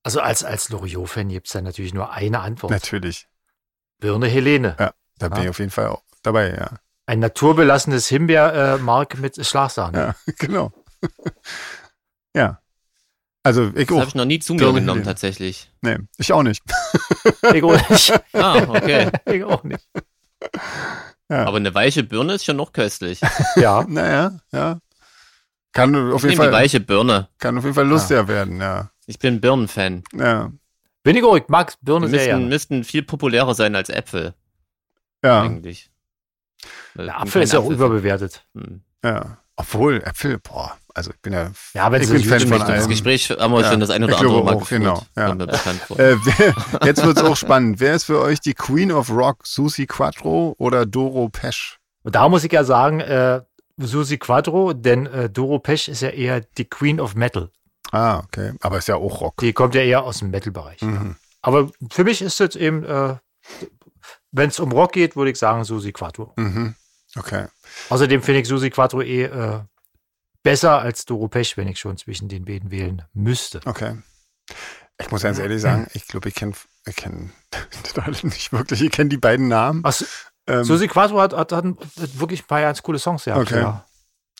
Speaker 1: Also als, als Loriot-Fan gibt es da natürlich nur eine
Speaker 2: Oh.
Speaker 1: Antwort.
Speaker 2: Natürlich.
Speaker 1: Birne Helene.
Speaker 2: Ja, da bin
Speaker 1: Ja.
Speaker 2: ich auf jeden Fall auch dabei, ja.
Speaker 1: Ein naturbelassenes Himbeermark mit Schlagsahne.
Speaker 2: Ja, genau. ja. Also ich
Speaker 3: Das habe
Speaker 2: auch.
Speaker 3: ich noch nie zu mir
Speaker 2: Birne
Speaker 3: genommen,
Speaker 2: Helene.
Speaker 3: tatsächlich.
Speaker 2: Nee, ich auch nicht.
Speaker 1: Ich, auch nicht.
Speaker 3: Ah, okay.
Speaker 1: ich auch nicht.
Speaker 3: Aber eine weiche Birne ist schon noch köstlich.
Speaker 1: Ja,
Speaker 2: Naja, ja. Kann auf
Speaker 3: Ich nehme
Speaker 2: jeden
Speaker 3: die
Speaker 2: Fall,
Speaker 3: weiche Birne.
Speaker 2: kann auf jeden Fall lustiger werden, ja.
Speaker 3: Ich bin Birnen-Fan.
Speaker 2: Ja.
Speaker 1: bin ich auch. Ich mag
Speaker 3: Die
Speaker 1: Birne sehr
Speaker 3: müssten,
Speaker 1: gerne.
Speaker 3: müssten viel populärer sein als Äpfel,
Speaker 2: Ja.
Speaker 3: eigentlich.
Speaker 1: Der Apfel ist ja auch überbewertet.
Speaker 3: Hm.
Speaker 2: Ja. Obwohl, Äpfel, boah, also ich bin ja.
Speaker 1: Ja, wenn
Speaker 2: Ich
Speaker 1: sie
Speaker 2: bin
Speaker 1: sich
Speaker 2: Fan
Speaker 1: nicht
Speaker 2: von
Speaker 1: möchten.
Speaker 2: allem.
Speaker 3: Das Gespräch haben wir uns
Speaker 2: Ja,
Speaker 3: schon das ein oder
Speaker 2: ich glaube
Speaker 3: andere Mal
Speaker 2: auch,
Speaker 3: geführt.
Speaker 2: genau, ja.
Speaker 3: Kommt mir bekannt vor.
Speaker 2: Äh, wer, jetzt wird's auch spannend. Wer ist für euch die Queen of Rock, Susi Quattro oder Doro Pesch?
Speaker 1: Und da muss ich ja sagen, äh, Susi Quadro, denn äh, Doro Pesch ist ja eher die Queen of Metal.
Speaker 2: Ah, okay. Aber ist ja auch Rock.
Speaker 1: Die kommt ja eher aus dem Metal-Bereich.
Speaker 2: Mhm.
Speaker 1: Aber für mich ist es eben, äh, wenn es um Rock geht, würde ich sagen Susi Quattro.
Speaker 2: Mhm. Okay.
Speaker 1: Außerdem finde ich Susi Quattro eh äh, besser als Doro Pech, wenn ich schon zwischen den beiden wählen müsste.
Speaker 2: Okay. Ich muss ganz ehrlich sagen, ich glaube, ich kenne ich kenn, nicht wirklich, ich kenne die beiden Namen.
Speaker 1: Ach, Su-
Speaker 2: Ähm,
Speaker 1: Ah, Susi Quattro hat, hat, hat, hat wirklich ein paar ganz coole Songs gehabt.
Speaker 2: Okay.
Speaker 1: Ja.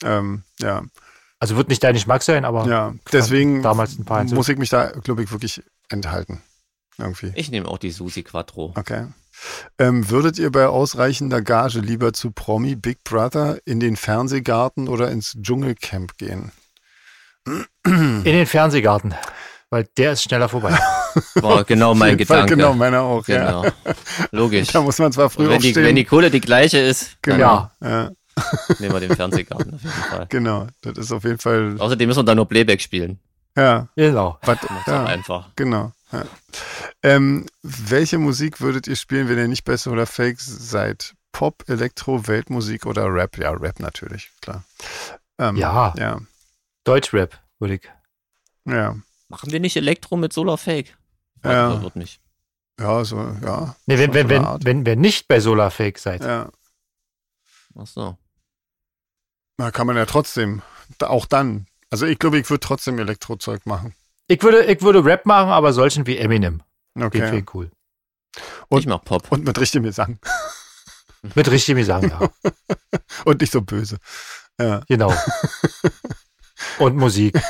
Speaker 2: ähm, ja,
Speaker 1: Also wird nicht dein Geschmack sein, aber
Speaker 2: ja. Deswegen
Speaker 1: damals ein paar Einzel-
Speaker 2: muss ich mich da, glaube ich, wirklich enthalten. Irgendwie.
Speaker 3: Ich nehme auch die Susi Quattro.
Speaker 2: Okay. Ähm, würdet ihr bei ausreichender Gage lieber zu Promi, Big Brother, in den Fernsehgarten oder ins Dschungelcamp gehen?
Speaker 1: in den Fernsehgarten, weil der ist schneller vorbei.
Speaker 3: War genau mein
Speaker 2: Jeden Fall,
Speaker 3: Gedanke.
Speaker 2: Genau, meiner auch. Ja.
Speaker 3: Genau. Logisch.
Speaker 2: Da muss man zwar
Speaker 3: Und
Speaker 2: früh
Speaker 3: wenn, die,
Speaker 2: aufstehen.
Speaker 3: wenn die Kohle die gleiche ist,
Speaker 2: genau. Ja,
Speaker 3: dann nehmen wir den Fernsehgarten auf jeden Fall.
Speaker 2: genau. Das ist auf jeden Fall.
Speaker 3: Außerdem müssen wir da nur Playback spielen.
Speaker 2: Ja,
Speaker 1: genau.
Speaker 2: was,
Speaker 3: Macht's auch
Speaker 2: ja
Speaker 3: einfach.
Speaker 2: genau. Ja. Ähm, welche Musik würdet ihr spielen, wenn ihr nicht besser oder fake seid? Pop, Elektro, Weltmusik oder Rap? Ja, Rap natürlich, klar. Ähm,
Speaker 1: Ja,
Speaker 2: Ja,
Speaker 1: Deutschrap würde ich.
Speaker 2: ja.
Speaker 3: Machen wir nicht Elektro mit Solar Fake?
Speaker 2: Ja.
Speaker 3: Das Wird nicht.
Speaker 2: Ja, so, ja.
Speaker 1: Nee, wenn, wenn,
Speaker 2: Schon so eine
Speaker 1: wenn,
Speaker 2: Art.
Speaker 1: wenn, wenn nicht bei Solarfake seid,
Speaker 2: ja.
Speaker 3: Ach so.
Speaker 2: Na, kann man ja trotzdem. Da, auch dann. Also ich glaube, ich würde trotzdem Elektrozeug machen.
Speaker 1: Ich würde, ich würde Rap machen, aber solchen wie Eminem. Den finde
Speaker 2: Okay.
Speaker 1: ich cool.
Speaker 2: Und-
Speaker 3: ich mach Pop.
Speaker 2: Und mit richtigem Gesang.
Speaker 1: Mit richtigem Gesang, ja.
Speaker 2: Und nicht so böse. Ja.
Speaker 1: Genau. Und Musik.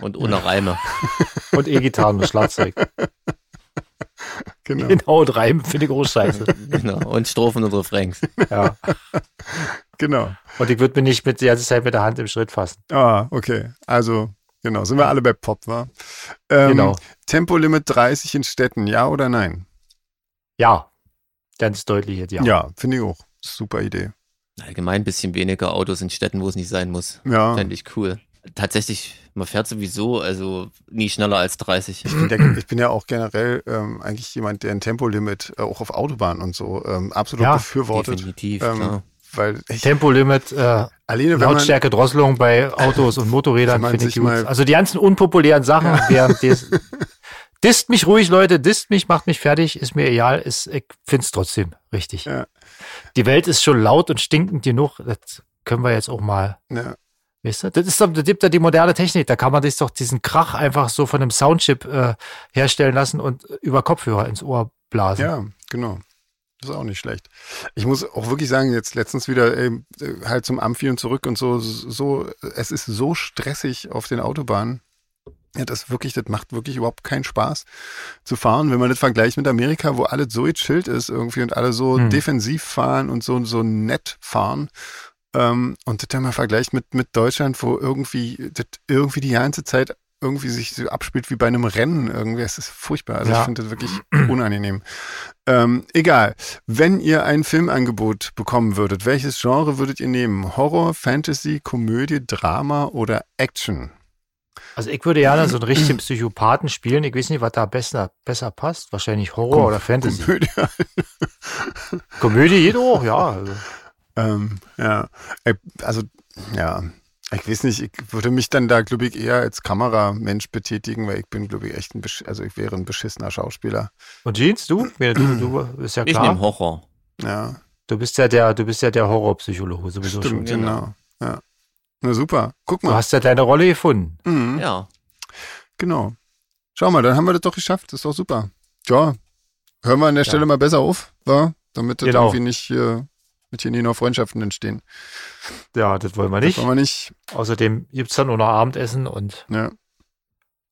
Speaker 3: Und ohne Reime.
Speaker 1: Und E-Gitarren und Schlagzeug.
Speaker 2: Genau.
Speaker 1: Genau, und Reimen finde ich auch scheiße.
Speaker 3: genau. Und Strophen und Refrains.
Speaker 1: Ja.
Speaker 2: Genau.
Speaker 1: Und ich würde mir nicht mit, die ganze Zeit mit der Hand im Schritt fassen.
Speaker 2: Ah, okay. Also, genau. Sind wir alle bei Pop, wa? Ähm,
Speaker 1: Genau.
Speaker 2: Tempolimit 30 in Städten, ja oder nein?
Speaker 1: Ja. Ganz deutlich jetzt, ja.
Speaker 2: finde ich auch. Super Idee.
Speaker 3: Allgemein ein bisschen weniger Autos in Städten, wo es nicht sein muss.
Speaker 2: Ja.
Speaker 3: Fände ich cool. Tatsächlich, man fährt sowieso, also nie schneller als 30.
Speaker 2: Ich bin, ja, ich bin ja auch generell ähm, eigentlich jemand, der ein Tempolimit äh, auch auf Autobahnen und so ähm, absolut
Speaker 1: Ja,
Speaker 2: befürwortet.
Speaker 3: Definitiv,
Speaker 2: Ähm,
Speaker 3: klar.
Speaker 2: Weil ich,
Speaker 1: Tempolimit, äh,
Speaker 2: alleine wenn man,
Speaker 1: Lautstärke Drosselung bei Autos und
Speaker 2: Wenn
Speaker 1: Motorrädern
Speaker 2: man
Speaker 1: finde ich
Speaker 2: sich
Speaker 1: gut.
Speaker 2: mal-
Speaker 1: Also die ganzen unpopulären Sachen während des. Disst mich ruhig, Leute, disst mich, macht mich fertig, ist mir egal, ist, ich finde es trotzdem richtig.
Speaker 2: Ja.
Speaker 1: Die Welt ist schon laut und stinkend genug, das können wir jetzt auch mal.
Speaker 2: ja,
Speaker 1: Weißt du? Das ist doch, das gibt ja die moderne Technik, da kann man sich doch diesen Krach einfach so von einem Soundchip äh, herstellen lassen und äh, über Kopfhörer ins Ohr blasen.
Speaker 2: Ja, genau. Das ist auch nicht schlecht. Ich muss auch wirklich sagen, jetzt letztens wieder ey, halt zum Amphi und zurück und so, so, es ist so stressig auf den Autobahnen. Ja, das wirklich, das macht wirklich überhaupt keinen Spaß zu fahren, wenn man das vergleicht mit Amerika, wo alles so gechillt ist irgendwie und alle so
Speaker 1: Hm.
Speaker 2: defensiv fahren und so, so nett fahren. Ähm, und das dann mal vergleicht mit, mit Deutschland, wo irgendwie, das irgendwie die ganze Zeit irgendwie sich so abspielt wie bei einem Rennen irgendwie. Es ist furchtbar. Also
Speaker 1: Ja.
Speaker 2: ich finde das wirklich unangenehm. Ähm, egal. Wenn ihr ein Filmangebot bekommen würdet, welches Genre würdet ihr nehmen? Horror, Fantasy, Komödie, Drama oder Action?
Speaker 1: Also ich würde gerne so einen richtigen Psychopathen spielen. Ich weiß nicht, was da besser, besser passt. Wahrscheinlich Horror
Speaker 2: Kom-
Speaker 1: oder Fantasy.
Speaker 2: Komödie.
Speaker 1: Komödie geht auch, ja. Also.
Speaker 2: Ähm, ja. Äh, Also, ja. Ich weiß nicht, ich würde mich dann da, glaube ich, eher als Kameramensch betätigen, weil ich bin, glaube ich, echt ein, besch also ich wäre ein beschissener Schauspieler.
Speaker 1: Und Jeans, du? Ja, du, du bist ja
Speaker 3: Ich nehme
Speaker 1: klar.
Speaker 3: Horror.
Speaker 2: Ja.
Speaker 1: Du bist ja der, du bist ja der Horrorpsychologe sowieso
Speaker 2: Stimmt,
Speaker 1: schon.
Speaker 2: genau. Ja. Na super, guck
Speaker 1: Du
Speaker 2: mal.
Speaker 1: hast ja deine Rolle gefunden.
Speaker 2: Mhm,
Speaker 3: Ja.
Speaker 2: Genau. Schau mal, dann haben wir das doch geschafft. Das ist doch super. Ja, hören wir an der
Speaker 1: Ja.
Speaker 2: Stelle mal besser auf, wa? damit das
Speaker 1: Genau.
Speaker 2: irgendwie nicht äh, mit hier nie noch Freundschaften entstehen.
Speaker 1: Ja, das wollen wir
Speaker 2: Das
Speaker 1: nicht.
Speaker 2: wollen wir nicht.
Speaker 1: Außerdem gibt es dann nur noch Abendessen und
Speaker 2: Ja.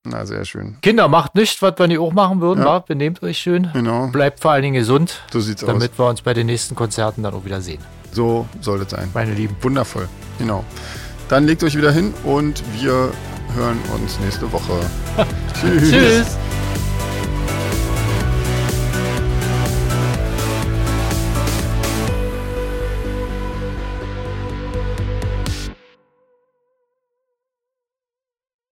Speaker 2: Na, sehr schön.
Speaker 1: Kinder, macht nichts, was wir nicht auch machen würden.
Speaker 2: Ja.
Speaker 1: wa? Benehmt euch schön.
Speaker 2: Genau,
Speaker 1: Bleibt vor allen Dingen gesund,
Speaker 2: so sieht's
Speaker 1: damit wir uns bei den nächsten Konzerten dann auch wieder sehen.
Speaker 2: aus. So soll es sein.
Speaker 1: Meine Lieben.
Speaker 2: Wundervoll. Genau. Dann legt euch wieder hin und wir hören uns nächste Woche.
Speaker 1: Tschüss.